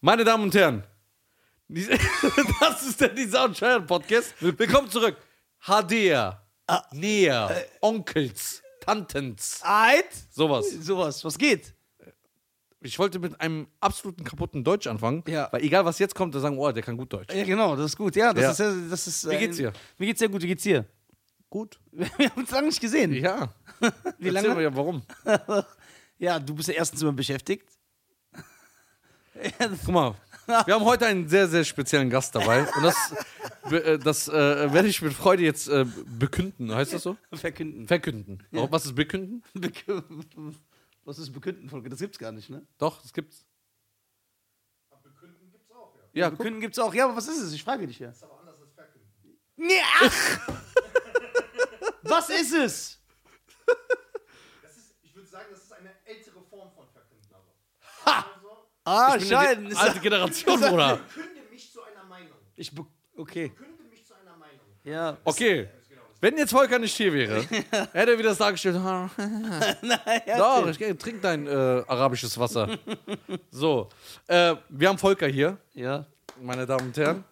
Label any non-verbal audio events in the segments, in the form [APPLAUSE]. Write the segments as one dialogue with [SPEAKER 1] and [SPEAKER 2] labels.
[SPEAKER 1] Meine Damen und Herren, die- [LAUGHS] das ist der Die Sound Child Podcast. Willkommen zurück. Hadea,
[SPEAKER 2] Ah. Äh.
[SPEAKER 1] Näher, Onkels, Tantens,
[SPEAKER 2] Eid?
[SPEAKER 1] sowas.
[SPEAKER 2] Sowas. Was geht?
[SPEAKER 1] Ich wollte mit einem absoluten kaputten Deutsch anfangen,
[SPEAKER 2] Ja.
[SPEAKER 1] weil egal was jetzt kommt, da sagen, oh, der kann gut Deutsch.
[SPEAKER 2] Ja, genau, das ist gut. Ja, das
[SPEAKER 1] Ja.
[SPEAKER 2] ist. sehr- Das ist
[SPEAKER 1] Wie geht's
[SPEAKER 2] ein-
[SPEAKER 1] dir?
[SPEAKER 2] Mir geht's sehr gut. Wie geht's dir?
[SPEAKER 1] Gut.
[SPEAKER 2] [LAUGHS] Wir haben uns lange nicht gesehen.
[SPEAKER 1] Ja.
[SPEAKER 2] Wie
[SPEAKER 1] Erzähl
[SPEAKER 2] lange?
[SPEAKER 1] Mal, ja,
[SPEAKER 2] [LAUGHS]
[SPEAKER 1] warum?
[SPEAKER 2] Ja, du bist ja erstens immer beschäftigt.
[SPEAKER 1] Guck mal, wir haben heute einen sehr, sehr speziellen Gast dabei und das, [LAUGHS] be- äh, das äh, werde ich mit Freude jetzt äh, bekünden. Heißt das so?
[SPEAKER 2] Verkünden.
[SPEAKER 1] Verkünden. Was ist bekünden?
[SPEAKER 2] Bek- [LAUGHS] Was ist Bekünden, Volker? Das gibt's gar nicht, ne?
[SPEAKER 1] Doch, es gibt's. Ja, guck,
[SPEAKER 2] Bekünden gibt's auch. Ja, aber was ist es? Ich frage dich ja. Ist aber anders als Verkünden. Nee, ach! [LAUGHS] was ist es?
[SPEAKER 3] Das ist, ich würde sagen, das ist eine ältere Form von Verkünden. Aber. Also,
[SPEAKER 2] Ah,
[SPEAKER 1] ich bin eine
[SPEAKER 2] scheiden.
[SPEAKER 1] ge- alte
[SPEAKER 2] [LAUGHS]
[SPEAKER 1] Generation, Bruder.
[SPEAKER 3] künde mich zu einer Meinung.
[SPEAKER 2] Ich be okay.
[SPEAKER 3] Künde mich zu einer Meinung.
[SPEAKER 2] Ja.
[SPEAKER 1] Okay, wenn jetzt Volker nicht hier wäre, hätte er wieder das dargestellt. "Ah, Doch, ich geh- trink dein äh, arabisches Wasser. So, äh, wir haben Volker hier,
[SPEAKER 2] Ja.
[SPEAKER 1] meine Damen und Herren.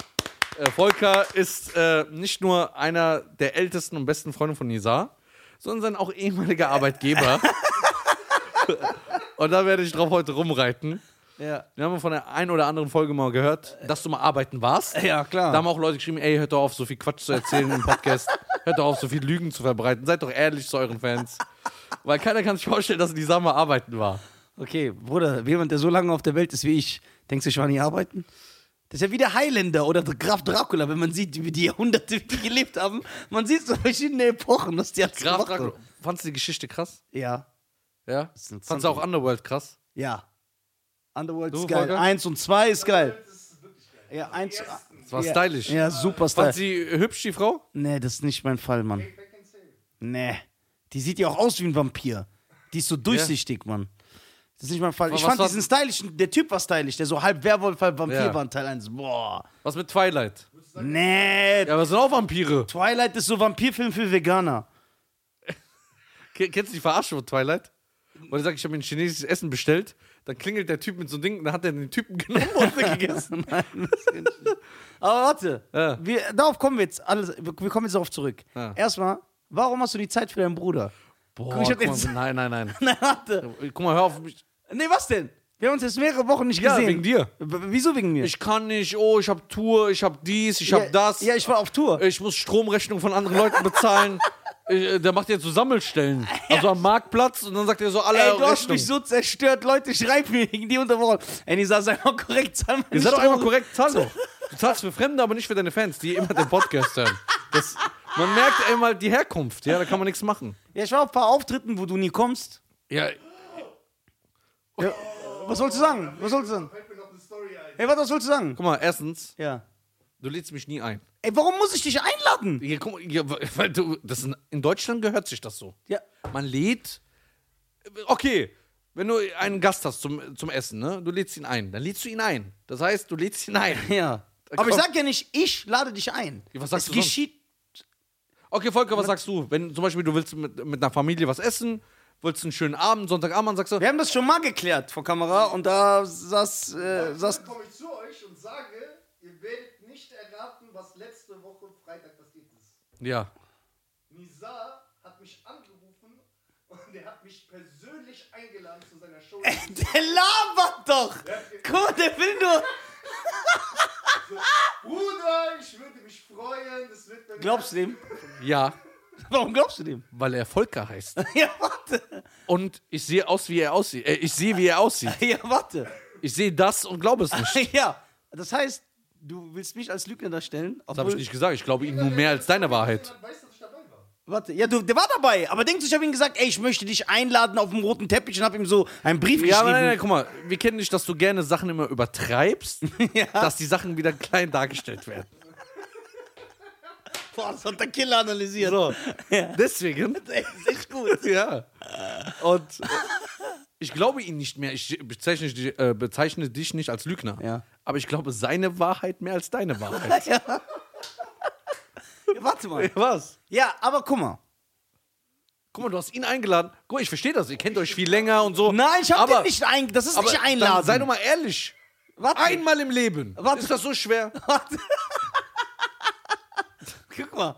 [SPEAKER 1] Äh, Volker ist äh, nicht nur einer der ältesten und besten Freunde von Nizar, sondern auch ehemaliger Arbeitgeber. [LAUGHS] und da werde ich drauf heute rumreiten.
[SPEAKER 2] Ja.
[SPEAKER 1] Wir haben von der einen oder anderen Folge mal gehört, dass du mal arbeiten warst.
[SPEAKER 2] Äh, Ja, klar.
[SPEAKER 1] Da haben auch Leute geschrieben, ey, hört doch auf, so viel Quatsch zu erzählen im
[SPEAKER 2] [LAUGHS]
[SPEAKER 1] Podcast. Hört doch auf, so viel Lügen zu verbreiten. Seid doch ehrlich zu euren Fans. Weil keiner kann sich vorstellen, dass die Sama arbeiten war.
[SPEAKER 2] Okay, Bruder, jemand, der so lange auf der Welt ist wie ich, denkst du, ich war nie arbeiten? Das ist ja wie der Highlander oder der Graf Dracula, wenn man sieht, wie die Jahrhunderte wie die gelebt haben. Man sieht so verschiedene Epochen, was die alles
[SPEAKER 1] Graf
[SPEAKER 2] gemacht haben.
[SPEAKER 1] Dracula. Fandst du die Geschichte krass?
[SPEAKER 2] Ja,
[SPEAKER 1] Ja?
[SPEAKER 2] ist ein
[SPEAKER 1] Fandst du auch Underworld krass?
[SPEAKER 2] ja. Underworld
[SPEAKER 1] Du,
[SPEAKER 2] ist geil.
[SPEAKER 1] Volker?
[SPEAKER 2] Eins und zwei ist geil. Ja, eins.
[SPEAKER 1] Das war
[SPEAKER 2] ja,
[SPEAKER 1] stylisch.
[SPEAKER 2] Ja, super
[SPEAKER 1] Fand
[SPEAKER 2] stylisch.
[SPEAKER 1] sie hübsch, die Frau?
[SPEAKER 2] Nee, das ist nicht mein Fall, Mann. Nee. Die sieht ja auch aus wie ein Vampir. Die ist so durchsichtig, Mann. Das ist nicht mein Fall.
[SPEAKER 1] Aber
[SPEAKER 2] Ich
[SPEAKER 1] was
[SPEAKER 2] fand
[SPEAKER 1] war-
[SPEAKER 2] diesen stylischen, der Typ war stylisch, der so halb Werwolf, halb Vampir
[SPEAKER 1] Ja.
[SPEAKER 2] war in Teil 1. Boah.
[SPEAKER 1] Was mit Twilight?
[SPEAKER 2] Nee.
[SPEAKER 1] Ja, aber es sind auch Vampire.
[SPEAKER 2] Twilight ist so Vampirfilm für Veganer.
[SPEAKER 1] Ke- Kennst du die Verarsche von Twilight? Wo er sagt, ich habe mir ein chinesisches Essen bestellt. Dann klingelt der Typ mit so einem Ding, dann hat er den Typen [LAUGHS] genommen
[SPEAKER 2] [LAUGHS]
[SPEAKER 1] und gegessen.
[SPEAKER 2] Nein, das kenn ich nicht. Aber warte,
[SPEAKER 1] Ja.
[SPEAKER 2] wir, darauf kommen wir jetzt. Alles, wir wir kommen jetzt darauf zurück.
[SPEAKER 1] Ja.
[SPEAKER 2] Erstmal, warum hast du die Zeit für
[SPEAKER 1] [LAUGHS]
[SPEAKER 2] deinen Bruder?
[SPEAKER 1] Boah,
[SPEAKER 2] ich hab
[SPEAKER 1] guck
[SPEAKER 2] jetzt-
[SPEAKER 1] mal, [LAUGHS] nein, nein, nein.
[SPEAKER 2] Nein, warte.
[SPEAKER 1] Äh, Guck mal, hör auf mich.
[SPEAKER 2] Nee, was denn? Wir haben uns jetzt mehrere Wochen nicht
[SPEAKER 1] Ja,
[SPEAKER 2] gesehen.
[SPEAKER 1] wegen dir.
[SPEAKER 2] W- Wieso wegen mir?
[SPEAKER 1] Ich kann nicht, oh, ich hab Tour, ich hab dies, ich hab
[SPEAKER 2] ja,
[SPEAKER 1] das.
[SPEAKER 2] Ja, ich war auf Tour.
[SPEAKER 1] ich muss Stromrechnung von anderen Leuten
[SPEAKER 2] [LAUGHS]
[SPEAKER 1] bezahlen. Äh, Der macht jetzt so Sammelstellen. Also am Marktplatz und dann sagt er so alle
[SPEAKER 2] Ey, Äh, du hast
[SPEAKER 1] Rechnungen.
[SPEAKER 2] mich so zerstört. Leute, schreib mir gegen die Unterwoche. Ey, Nisa, sei mal korrekt. Sei mal
[SPEAKER 1] Ihr seid doch
[SPEAKER 2] nicht-
[SPEAKER 1] einmal korrekt, zahl
[SPEAKER 2] [LAUGHS]
[SPEAKER 1] doch. Du zahlst für Fremde, aber nicht für deine Fans, die immer den Podcast hören. Das, man merkt einmal die Herkunft, ja, da kann man nichts machen.
[SPEAKER 2] Ja, ich war auf ein paar Auftritten, wo du nie kommst.
[SPEAKER 1] Ja,
[SPEAKER 2] Ja. Was sollst du sagen? Was sollst du sagen?
[SPEAKER 3] Fällt mir noch eine Story ein.
[SPEAKER 2] Ey, was sollst du sagen?
[SPEAKER 1] guck mal, erstens,
[SPEAKER 2] Ja.
[SPEAKER 1] du lädst mich nie ein.
[SPEAKER 2] Ey, warum muss ich dich einladen?
[SPEAKER 1] Ja, guck, mal, ja, weil du, das in, in Deutschland gehört sich das so.
[SPEAKER 2] Ja.
[SPEAKER 1] Man lädt. Okay, wenn du einen Gast hast zum, zum Essen, ne? du lädst ihn ein, dann lädst du ihn ein. Das heißt, du lädst ihn ein. [LAUGHS]
[SPEAKER 2] Ja.
[SPEAKER 1] komm.
[SPEAKER 2] Aber ich sag ja nicht, ich lade dich ein.
[SPEAKER 1] Ja, was sagst
[SPEAKER 2] es
[SPEAKER 1] du sonst?
[SPEAKER 2] geschieht.
[SPEAKER 1] Okay, Volker, was sagst du? Wenn zum Beispiel du willst mit, mit einer Familie was essen, willst einen schönen Abend, Sonntagabend, dann sagst du,
[SPEAKER 2] Wir haben das schon mal geklärt vor Kamera und da saß. Äh, saß
[SPEAKER 3] Dann komme ich zu euch und sage, ihr werdet nicht erraten, was letzte Woche Freitag passiert ist.
[SPEAKER 1] ja.
[SPEAKER 3] Nizar hat mich angerufen und er hat mich persönlich eingeladen zu seiner Show.
[SPEAKER 2] der labert doch! Guck mal, der will nur.
[SPEAKER 3] Bruder, ich würde mich freuen. Das wird mir
[SPEAKER 2] Glaubst du dem?
[SPEAKER 1] Ja,
[SPEAKER 2] Warum glaubst du dem? [LAUGHS]
[SPEAKER 1] weil er Volker heißt.
[SPEAKER 2] Ja, warte.
[SPEAKER 1] Und ich sehe aus, wie er aussieht. Äh, ich sehe, wie er aussieht.
[SPEAKER 2] Ja, warte.
[SPEAKER 1] Ich sehe das und glaube es nicht.
[SPEAKER 2] [LAUGHS] Ja, das heißt, du willst mich als Lügner darstellen.
[SPEAKER 1] Das habe ich nicht gesagt. Ich glaube ihm nur mehr als deine Wahrheit.
[SPEAKER 3] Jemand weiß, dass ich dabei war.
[SPEAKER 2] Warte, ja, du, der war dabei, aber denkst du, ich habe ihm gesagt, ey, ich möchte dich einladen auf dem roten Teppich und habe ihm so einen Brief
[SPEAKER 1] Ja, aber nein, nein,
[SPEAKER 2] geschrieben.
[SPEAKER 1] guck mal, wir kennen dich, dass du gerne Sachen immer [LAUGHS] übertreibst, dass die Sachen wieder klein dargestellt werden.
[SPEAKER 2] Boah, das hat der Killer
[SPEAKER 1] [LAUGHS]
[SPEAKER 2] analysiert.
[SPEAKER 1] So, deswegen,
[SPEAKER 2] Ey, ist echt [LAUGHS] gut.
[SPEAKER 1] ja. Und äh, ich glaube ihn nicht mehr. Ich bezeichne, dich- äh, bezeichne dich nicht als Lügner.
[SPEAKER 2] Ja.
[SPEAKER 1] Aber ich glaube seine Wahrheit mehr als deine
[SPEAKER 2] [LAUGHS]
[SPEAKER 1] Wahrheit.
[SPEAKER 2] Ja, warte mal.
[SPEAKER 1] Was?
[SPEAKER 2] Ja, aber guck mal.
[SPEAKER 1] Guck mal, du hast ihn eingeladen. Guck mal, ich verstehe das. Ihr kennt euch viel länger und so.
[SPEAKER 2] Nein, ich habe
[SPEAKER 1] Aber-
[SPEAKER 2] den nicht eingeladen. Das ist
[SPEAKER 1] aber
[SPEAKER 2] nicht
[SPEAKER 1] Dann sei
[SPEAKER 2] einladen.
[SPEAKER 1] doch mal ehrlich.
[SPEAKER 2] Warte.
[SPEAKER 1] Einmal im Leben.
[SPEAKER 2] Warte.
[SPEAKER 1] Ist das so schwer?
[SPEAKER 2] Warte. Guck mal.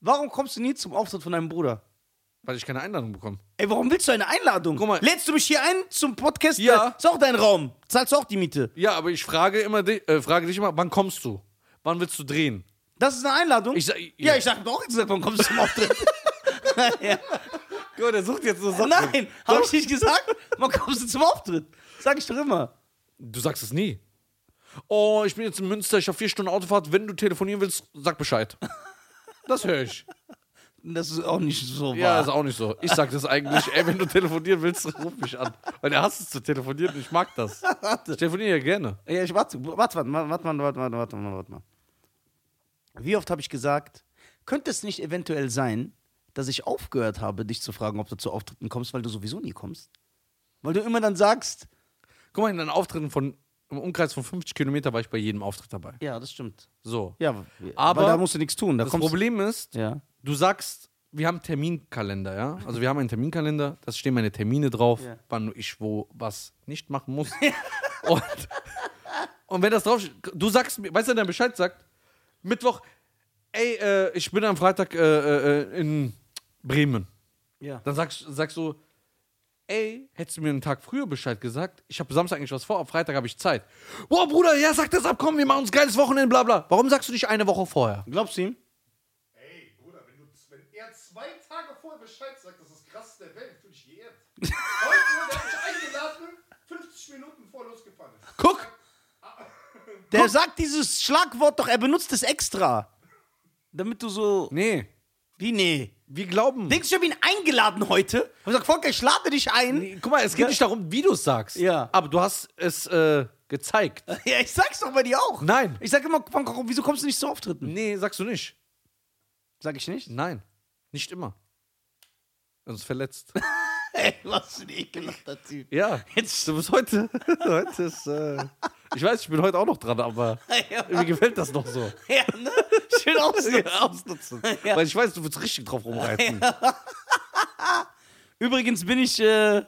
[SPEAKER 2] Warum kommst du nie zum Auftritt von deinem Bruder?
[SPEAKER 1] Weil ich keine Einladung bekomme.
[SPEAKER 2] Ey, warum willst du eine Einladung?
[SPEAKER 1] Guck mal.
[SPEAKER 2] Lädst du mich hier ein zum Podcast?
[SPEAKER 1] Ja.
[SPEAKER 2] Äh, Ist auch dein Raum. Zahlst du auch die Miete?
[SPEAKER 1] Ja, aber ich frage, immer, di- äh, frage dich immer, wann kommst du? Wann willst du drehen?
[SPEAKER 2] Das ist eine Einladung?
[SPEAKER 1] Ich sag-
[SPEAKER 2] ja,
[SPEAKER 1] ja.
[SPEAKER 2] ich sag doch jetzt, warum kommst du zum Auftritt? ja.
[SPEAKER 1] Gott, der sucht jetzt so Sachen.
[SPEAKER 2] Nein, hab ich nicht gesagt? Wann kommst du zum Auftritt? Sag ich doch immer.
[SPEAKER 1] Du sagst es nie. Oh, ich bin jetzt in Münster, ich habe vier Stunden Autofahrt. Wenn du telefonieren willst, sag
[SPEAKER 2] [LAUGHS]
[SPEAKER 1] Bescheid. Das höre ich.
[SPEAKER 2] Das ist auch nicht so
[SPEAKER 1] Ja,
[SPEAKER 2] wahr.
[SPEAKER 1] ist auch nicht so. Ich sag das eigentlich, ey, wenn du telefonieren willst, ruf mich an. Weil der hasst es zu telefonieren und ich mag das. Ich telefoniere ja gerne.
[SPEAKER 2] Ja, ich warte, warte, warte, warte, warte, warte, warte, warte, warte, warte mal. Wie oft habe ich gesagt, könnte es nicht eventuell sein, dass ich aufgehört habe, dich zu fragen, ob du zu Auftritten kommst, weil du sowieso nie kommst? Weil du immer dann sagst,
[SPEAKER 1] Guck mal, in deinen Auftritten von im Umkreis von 50 Kilometer war ich bei jedem Auftritt dabei.
[SPEAKER 2] ja, das stimmt.
[SPEAKER 1] So.
[SPEAKER 2] Ja, aber
[SPEAKER 1] Aber
[SPEAKER 2] weil da musst du nichts tun. Da
[SPEAKER 1] das
[SPEAKER 2] kommst,
[SPEAKER 1] Problem ist,
[SPEAKER 2] Ja.
[SPEAKER 1] du sagst, wir haben Terminkalender, ja? Also wir haben einen Terminkalender, da stehen meine Termine drauf,
[SPEAKER 2] Ja.
[SPEAKER 1] wann ich wo was nicht machen muss. [LAUGHS] und, und wenn das drauf du sagst mir, weißt du, der Bescheid sagt, Mittwoch, ey, äh, ich bin am Freitag äh, äh, äh, in Bremen.
[SPEAKER 2] Ja.
[SPEAKER 1] Dann sagst, sagst du, ey, hättest du mir einen Tag früher Bescheid gesagt? Ich habe Samstag eigentlich was vor, am Freitag habe ich Zeit. Boah, Bruder, ja, sag das ab, komm, wir machen uns ein geiles Wochenende, bla bla. Warum sagst du nicht eine Woche vorher?
[SPEAKER 2] Glaubst du ihm?
[SPEAKER 3] Ey, Bruder, wenn, du, wenn er zwei Tage vorher Bescheid sagt, das ist das krasseste der Welt, fühle ich geehrt. Heute wurde er mich eingeladen, 50 Minuten vor losgefahren ist.
[SPEAKER 1] Guck,
[SPEAKER 2] Der sagt dieses Schlagwort doch, er benutzt es extra. Damit du so.
[SPEAKER 1] nee,
[SPEAKER 2] Wie, nee.
[SPEAKER 1] wir glauben.
[SPEAKER 2] Denkst du, ich habe ihn eingeladen heute? Hab gesagt, Volker, ich lade dich ein.
[SPEAKER 1] Nee, Guck mal, es geht nicht darum, wie du es sagst.
[SPEAKER 2] Ja.
[SPEAKER 1] Aber du hast es äh, gezeigt.
[SPEAKER 2] [LAUGHS] Ja, ich sag's doch bei dir auch.
[SPEAKER 1] Nein.
[SPEAKER 2] Ich sag immer, Franco, wieso kommst du nicht zu Auftritten?
[SPEAKER 1] Nee, sagst du nicht.
[SPEAKER 2] Sag ich nicht.
[SPEAKER 1] Nein. Nicht immer. Sonst verletzt.
[SPEAKER 2] Ey, was für ein ekelhafter Typ.
[SPEAKER 1] Ja.
[SPEAKER 2] Jetzt-
[SPEAKER 1] Du bist heute. [LAUGHS] heute ist. Äh, ich weiß, ich bin heute auch noch dran, [LAUGHS] aber mir gefällt das noch so.
[SPEAKER 2] [LAUGHS] Ja, ne? Schön ausnutzen. [LAUGHS]
[SPEAKER 1] Ausnutzen. Weil ich weiß, du willst richtig drauf rumreiten.
[SPEAKER 2] Übrigens bin ich äh,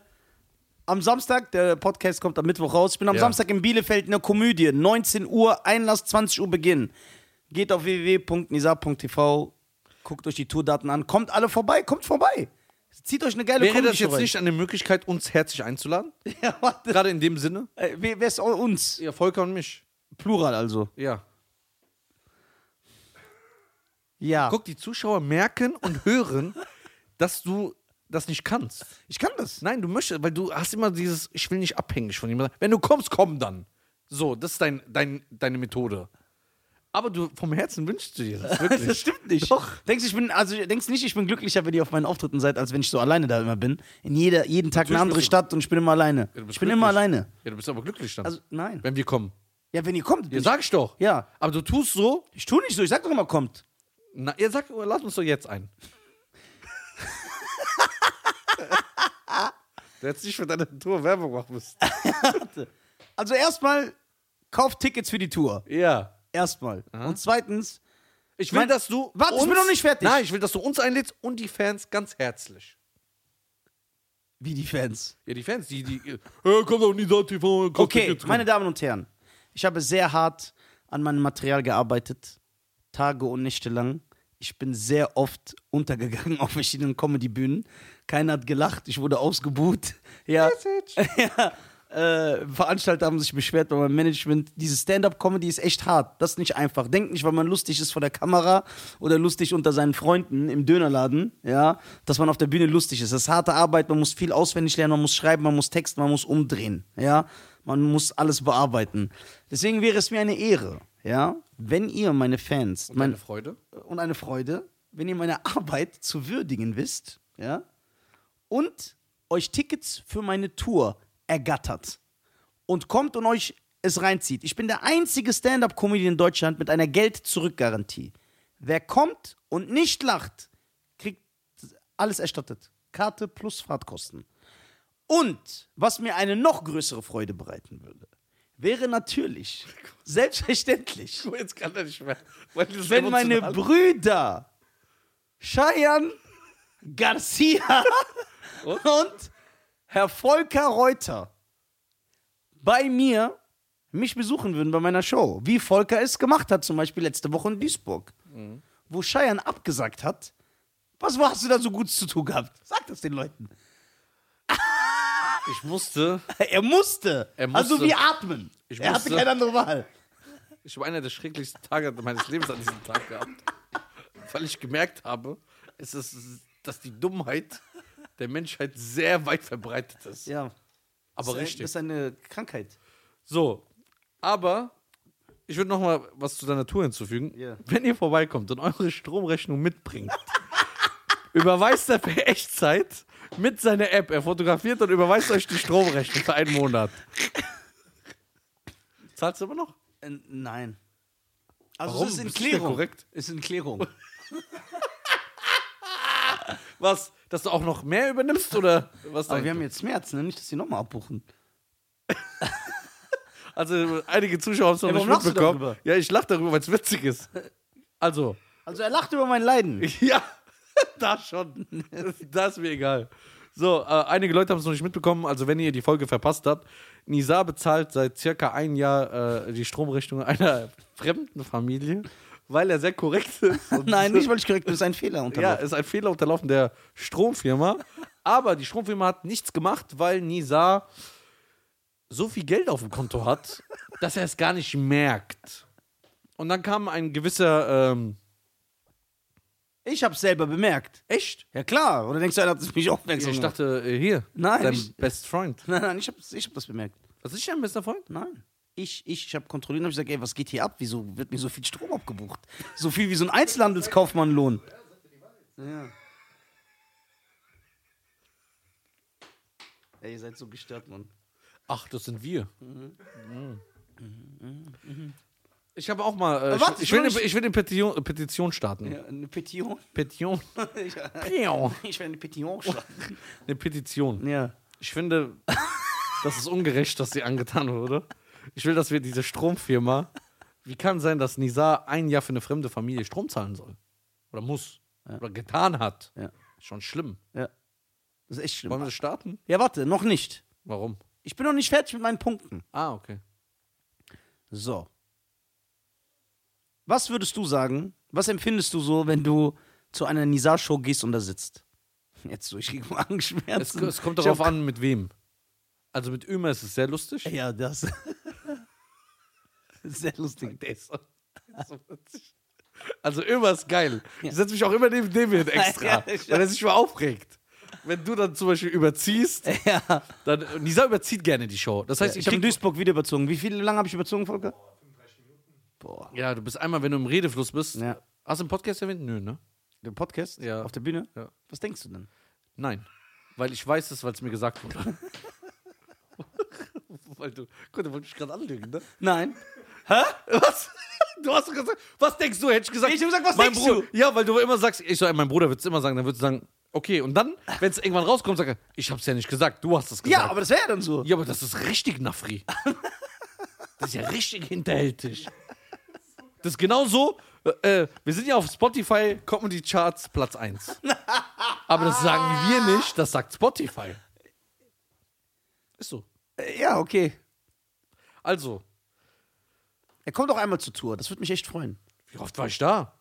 [SPEAKER 2] am Samstag, der Podcast kommt am Mittwoch raus, ich bin am
[SPEAKER 1] Ja.
[SPEAKER 2] Samstag in Bielefeld in der Komödie. 19 Uhr, Einlass, 20 Uhr Beginn. Geht auf www.nisa.tv, guckt euch die Tourdaten an, kommt alle vorbei, kommt vorbei. Zieht euch eine geile
[SPEAKER 1] Wäre
[SPEAKER 2] Comedy
[SPEAKER 1] das jetzt nicht eine Möglichkeit, uns herzlich einzuladen?
[SPEAKER 2] Ja, warte.
[SPEAKER 1] Gerade in dem Sinne?
[SPEAKER 2] Äh, wer wer ist au- uns?
[SPEAKER 1] Ja, Volker und mich.
[SPEAKER 2] Plural also.
[SPEAKER 1] Ja.
[SPEAKER 2] Ja.
[SPEAKER 1] Guck, die Zuschauer merken und hören, dass du das nicht kannst.
[SPEAKER 2] ich kann [LAUGHS] das.
[SPEAKER 1] Nein, du möchtest, weil du hast immer dieses, ich will nicht abhängig von jemandem. sein. Wenn du kommst, komm dann. So, das ist dein, dein, deine Methode. Aber du vom Herzen wünschst du dir
[SPEAKER 2] [LAUGHS]
[SPEAKER 1] das wirklich.
[SPEAKER 2] Das stimmt nicht.
[SPEAKER 1] Doch.
[SPEAKER 2] Denkst du, ich bin, also denkst du nicht, ich bin glücklicher, wenn ihr auf meinen Auftritten seid, als wenn ich so alleine da immer bin? In jeder, jeden Tag eine
[SPEAKER 1] Natürlich
[SPEAKER 2] andere
[SPEAKER 1] bist du-
[SPEAKER 2] Stadt und ich bin immer alleine.
[SPEAKER 1] Ja, du bist
[SPEAKER 2] ich bin immer
[SPEAKER 1] glücklich.
[SPEAKER 2] alleine.
[SPEAKER 1] Ja, du bist aber glücklich dann.
[SPEAKER 2] Also, nein.
[SPEAKER 1] wenn wir kommen.
[SPEAKER 2] Ja, wenn ihr kommt, bin
[SPEAKER 1] Ja,
[SPEAKER 2] ich,
[SPEAKER 1] sag ich doch.
[SPEAKER 2] Ja.
[SPEAKER 1] Aber du tust so.
[SPEAKER 2] ich tue nicht so, ich sag doch immer, kommt.
[SPEAKER 1] Na, ja, sag, lass uns doch jetzt
[SPEAKER 2] [LAUGHS]
[SPEAKER 1] ein. du hättest nicht für deine Tour Werbung machen müssen.
[SPEAKER 2] Also erstmal, kauft Tickets für die Tour.
[SPEAKER 1] Ja.
[SPEAKER 2] Erstmal. Und zweitens,
[SPEAKER 1] Ich will,
[SPEAKER 2] Mein-
[SPEAKER 1] dass du.
[SPEAKER 2] Warte, ich bin noch nicht fertig.
[SPEAKER 1] Nein, ich will, dass du uns einlädst und die Fans ganz herzlich.
[SPEAKER 2] wie die Fans.
[SPEAKER 1] Ja, die Fans, die, die. Äh, komm doch nie da, TV. komm,
[SPEAKER 2] Okay,
[SPEAKER 1] äh, Tickets, komm.
[SPEAKER 2] meine Damen und Herren, ich habe sehr hart an meinem Material gearbeitet, Tage und Nächte lang. Ich bin sehr oft untergegangen [LAUGHS] auf verschiedenen Comedy-Bühnen. Keiner hat gelacht, ich wurde ausgebuht. Ja. ja. Äh, Veranstalter haben sich beschwert bei meinem Management. Diese Stand-up-Comedy ist echt hart. Das ist nicht einfach. Denkt nicht, weil man lustig ist vor der Kamera oder lustig unter seinen Freunden im Dönerladen, ja, dass man auf der Bühne lustig ist. Das ist harte Arbeit. Man muss viel auswendig lernen, man muss schreiben, man muss texten, man muss umdrehen, ja. Man muss alles bearbeiten. Deswegen wäre es mir eine Ehre, ja, wenn ihr meine Fans,
[SPEAKER 1] Und meine
[SPEAKER 2] meine
[SPEAKER 1] Freude.
[SPEAKER 2] und eine Freude, wenn ihr meine Arbeit zu würdigen wisst, ja, und euch Tickets für meine Tour ergattert und kommt und euch es reinzieht. Ich bin der einzige Stand-up-Comedy in Deutschland mit einer Geld-Zurück-Garantie. Wer kommt und nicht lacht, kriegt alles erstattet. Karte plus Fahrtkosten. Und was mir eine noch größere Freude bereiten würde, wäre natürlich, selbstverständlich,
[SPEAKER 1] Jetzt kann er nicht mehr. Weil das
[SPEAKER 2] wenn meine
[SPEAKER 1] emotional-
[SPEAKER 2] Brüder Cheyenne Garcia und Herr Volker Reuter bei mir mich besuchen würden bei meiner Show, wie Volker es gemacht hat, zum Beispiel letzte Woche in Duisburg,
[SPEAKER 1] Mhm.
[SPEAKER 2] wo Scheiern abgesagt hat, was hast du da so Gutes zu tun gehabt? Sag das
[SPEAKER 1] [LAUGHS]
[SPEAKER 2] den Leuten.
[SPEAKER 1] Ich musste,
[SPEAKER 2] Er musste.
[SPEAKER 1] Er
[SPEAKER 2] Also
[SPEAKER 1] musste.
[SPEAKER 2] wir atmen.
[SPEAKER 1] Ich
[SPEAKER 2] er hatte
[SPEAKER 1] musste.
[SPEAKER 2] keine andere Wahl.
[SPEAKER 1] ich habe einer der schrecklichsten Tage meines Lebens an diesem Tag gehabt. Weil ich gemerkt habe, es ist, dass die Dummheit der Menschheit sehr weit verbreitet ist.
[SPEAKER 2] Ja.
[SPEAKER 1] Aber
[SPEAKER 2] das
[SPEAKER 1] richtig.
[SPEAKER 2] ist eine Krankheit.
[SPEAKER 1] So, aber ich würde noch mal was zu deiner Tour hinzufügen.
[SPEAKER 2] Ja.
[SPEAKER 1] Wenn ihr vorbeikommt und eure Stromrechnung mitbringt, [LAUGHS] überweist er per Echtzeit mit seiner App. Er fotografiert und überweist euch die Stromrechnung für einen Monat. Zahlst du immer noch?
[SPEAKER 2] Äh, nein. Also
[SPEAKER 1] Warum?
[SPEAKER 2] es ist in
[SPEAKER 1] Bist du ja
[SPEAKER 2] Klärung.
[SPEAKER 1] korrekt.
[SPEAKER 2] Es ist
[SPEAKER 1] [LAUGHS]
[SPEAKER 2] in Klärung.
[SPEAKER 1] Was? Dass du auch noch mehr übernimmst oder was?
[SPEAKER 2] Aber
[SPEAKER 1] denkst
[SPEAKER 2] wir haben jetzt März, ne? Nicht, dass die nochmal abbuchen.
[SPEAKER 1] du? also einige Zuschauer haben es noch
[SPEAKER 2] Ja,
[SPEAKER 1] nicht
[SPEAKER 2] warum lachst du
[SPEAKER 1] mitbekommen.
[SPEAKER 2] darüber?
[SPEAKER 1] Ja, ich lache darüber, weil es witzig ist. Also,
[SPEAKER 2] Also er lacht über mein Leiden.
[SPEAKER 1] [LAUGHS] Ja, da schon. Das ist mir egal. So, äh, einige Leute haben es noch nicht mitbekommen. Also, wenn ihr die Folge verpasst habt, Nisa bezahlt seit circa ein Jahr äh, die Stromrechnung einer fremden Familie, weil er sehr korrekt [LAUGHS] ist. Und
[SPEAKER 2] Nein, nicht, weil ich korrekt bin, ist ein Fehler
[SPEAKER 1] ja,
[SPEAKER 2] unterlaufen.
[SPEAKER 1] ist ein Fehler unterlaufen der Stromfirma. Aber die Stromfirma hat nichts gemacht, weil Nisa so viel Geld auf dem Konto hat, dass er es gar nicht merkt. Und dann kam ein gewisser. Ähm,
[SPEAKER 2] Ich hab's selber bemerkt.
[SPEAKER 1] echt?
[SPEAKER 2] Ja klar, oder denkst du, einer hat es mich
[SPEAKER 1] Ja,
[SPEAKER 2] aufmerksam
[SPEAKER 1] ich
[SPEAKER 2] gemacht?
[SPEAKER 1] dachte, äh, hier.
[SPEAKER 2] Nein,
[SPEAKER 1] Dein
[SPEAKER 2] ich-
[SPEAKER 1] Best Freund.
[SPEAKER 2] Nein, nein, ich hab, ich hab das bemerkt.
[SPEAKER 1] Was ist dein bester Freund?
[SPEAKER 2] Nein. Ich, ich, ich habe kontrolliert und hab gesagt, ey, was geht hier ab? Wieso wird mir so viel Strom abgebucht? So viel wie so ein Einzelhandelskaufmannlohn. Ja. Ey, ihr seid so gestört, Mann.
[SPEAKER 1] Ach, das sind wir. Ich habe auch mal. Äh,
[SPEAKER 2] Aber warte,
[SPEAKER 1] ich, ich, will,
[SPEAKER 2] soll
[SPEAKER 1] eine-
[SPEAKER 2] ich-
[SPEAKER 1] ich will eine Petition, äh, Petition starten.
[SPEAKER 2] Ja, eine Petition. [LAUGHS]
[SPEAKER 1] Petition.
[SPEAKER 2] Ich,
[SPEAKER 1] Piau.
[SPEAKER 2] ich will eine Petition starten.
[SPEAKER 1] Eine Petition.
[SPEAKER 2] [LAUGHS] Ja.
[SPEAKER 1] Ich
[SPEAKER 2] [LAUGHS]
[SPEAKER 1] finde, das ist ungerecht, dass sie angetan wurde. Ich will, dass wir diese Stromfirma. Wie kann sein, dass Nizar ein Jahr für eine fremde Familie Strom zahlen soll? Oder muss? Oder getan hat?
[SPEAKER 2] Ja.
[SPEAKER 1] Schon schlimm.
[SPEAKER 2] Ja. Das ist echt schlimm.
[SPEAKER 1] Wollen wir das starten?
[SPEAKER 2] Ja, warte, noch nicht.
[SPEAKER 1] Warum?
[SPEAKER 2] Ich bin noch nicht fertig mit meinen Punkten.
[SPEAKER 1] Ah, okay.
[SPEAKER 2] So. Was würdest du sagen? Was empfindest du so, wenn du zu einer Nizar-Show gehst und da sitzt? Jetzt so, ich krieg mal
[SPEAKER 1] Es,
[SPEAKER 2] Angstschmerzen.
[SPEAKER 1] es kommt
[SPEAKER 2] Ich
[SPEAKER 1] darauf
[SPEAKER 2] hab-
[SPEAKER 1] an, mit wem. Also mit Ömer ist es sehr lustig.
[SPEAKER 2] Ja, das. [LAUGHS] Sehr
[SPEAKER 1] [LAUGHS]
[SPEAKER 2] lustig.
[SPEAKER 1] Der ist so, so witzig. Also Ömer ist geil. Ich setze mich auch immer neben dem [LAUGHS] hin extra,
[SPEAKER 2] Ja, ich-
[SPEAKER 1] weil er sich mal aufregt. Wenn du dann zum Beispiel überziehst,
[SPEAKER 2] Ja.
[SPEAKER 1] dann Nisa überzieht gerne die Show. Das heißt,
[SPEAKER 2] Ich,
[SPEAKER 1] ich,
[SPEAKER 2] habe in
[SPEAKER 1] krieg,
[SPEAKER 2] Duisburg wieder überzogen. Wie viel lange habe ich überzogen, Volker? Boah.
[SPEAKER 1] ja, du bist einmal, wenn du im Redefluss bist.
[SPEAKER 2] Ja.
[SPEAKER 1] Hast du einen Podcast erwähnt? Nö, ne?
[SPEAKER 2] Der Podcast?
[SPEAKER 1] Ja.
[SPEAKER 2] Auf der Bühne?
[SPEAKER 1] Ja.
[SPEAKER 2] Was denkst du denn?
[SPEAKER 1] Nein, weil ich weiß es, weil es mir gesagt [LAUGHS] wurde. weil du, Gott, du wolltest mich gerade anlügen, ne?
[SPEAKER 2] Nein.
[SPEAKER 1] Was? Du hast doch gesagt, was denkst du? Hätte ich gesagt.
[SPEAKER 2] Ich hab gesagt, was
[SPEAKER 1] mein
[SPEAKER 2] denkst
[SPEAKER 1] Bruder, Ja, weil du immer sagst, ich so, ey, mein Bruder wird es immer sagen, dann würdest du sagen, okay. Und dann, wenn es irgendwann rauskommt, sag er, ich hab's ja nicht gesagt, du hast es gesagt.
[SPEAKER 2] Ja, aber das wäre ja dann so.
[SPEAKER 1] ja, aber das ist richtig Nafri. das ist ja richtig hinterhältig. Das ist genau so. Äh, äh, wir sind ja auf Spotify Comedy Charts Platz 1. Aber das sagen wir nicht, das sagt Spotify. Ist so.
[SPEAKER 2] Äh, Ja, okay.
[SPEAKER 1] Also,
[SPEAKER 2] Er kommt auch einmal zur Tour. Das würde mich echt freuen.
[SPEAKER 1] wie oft war ich da?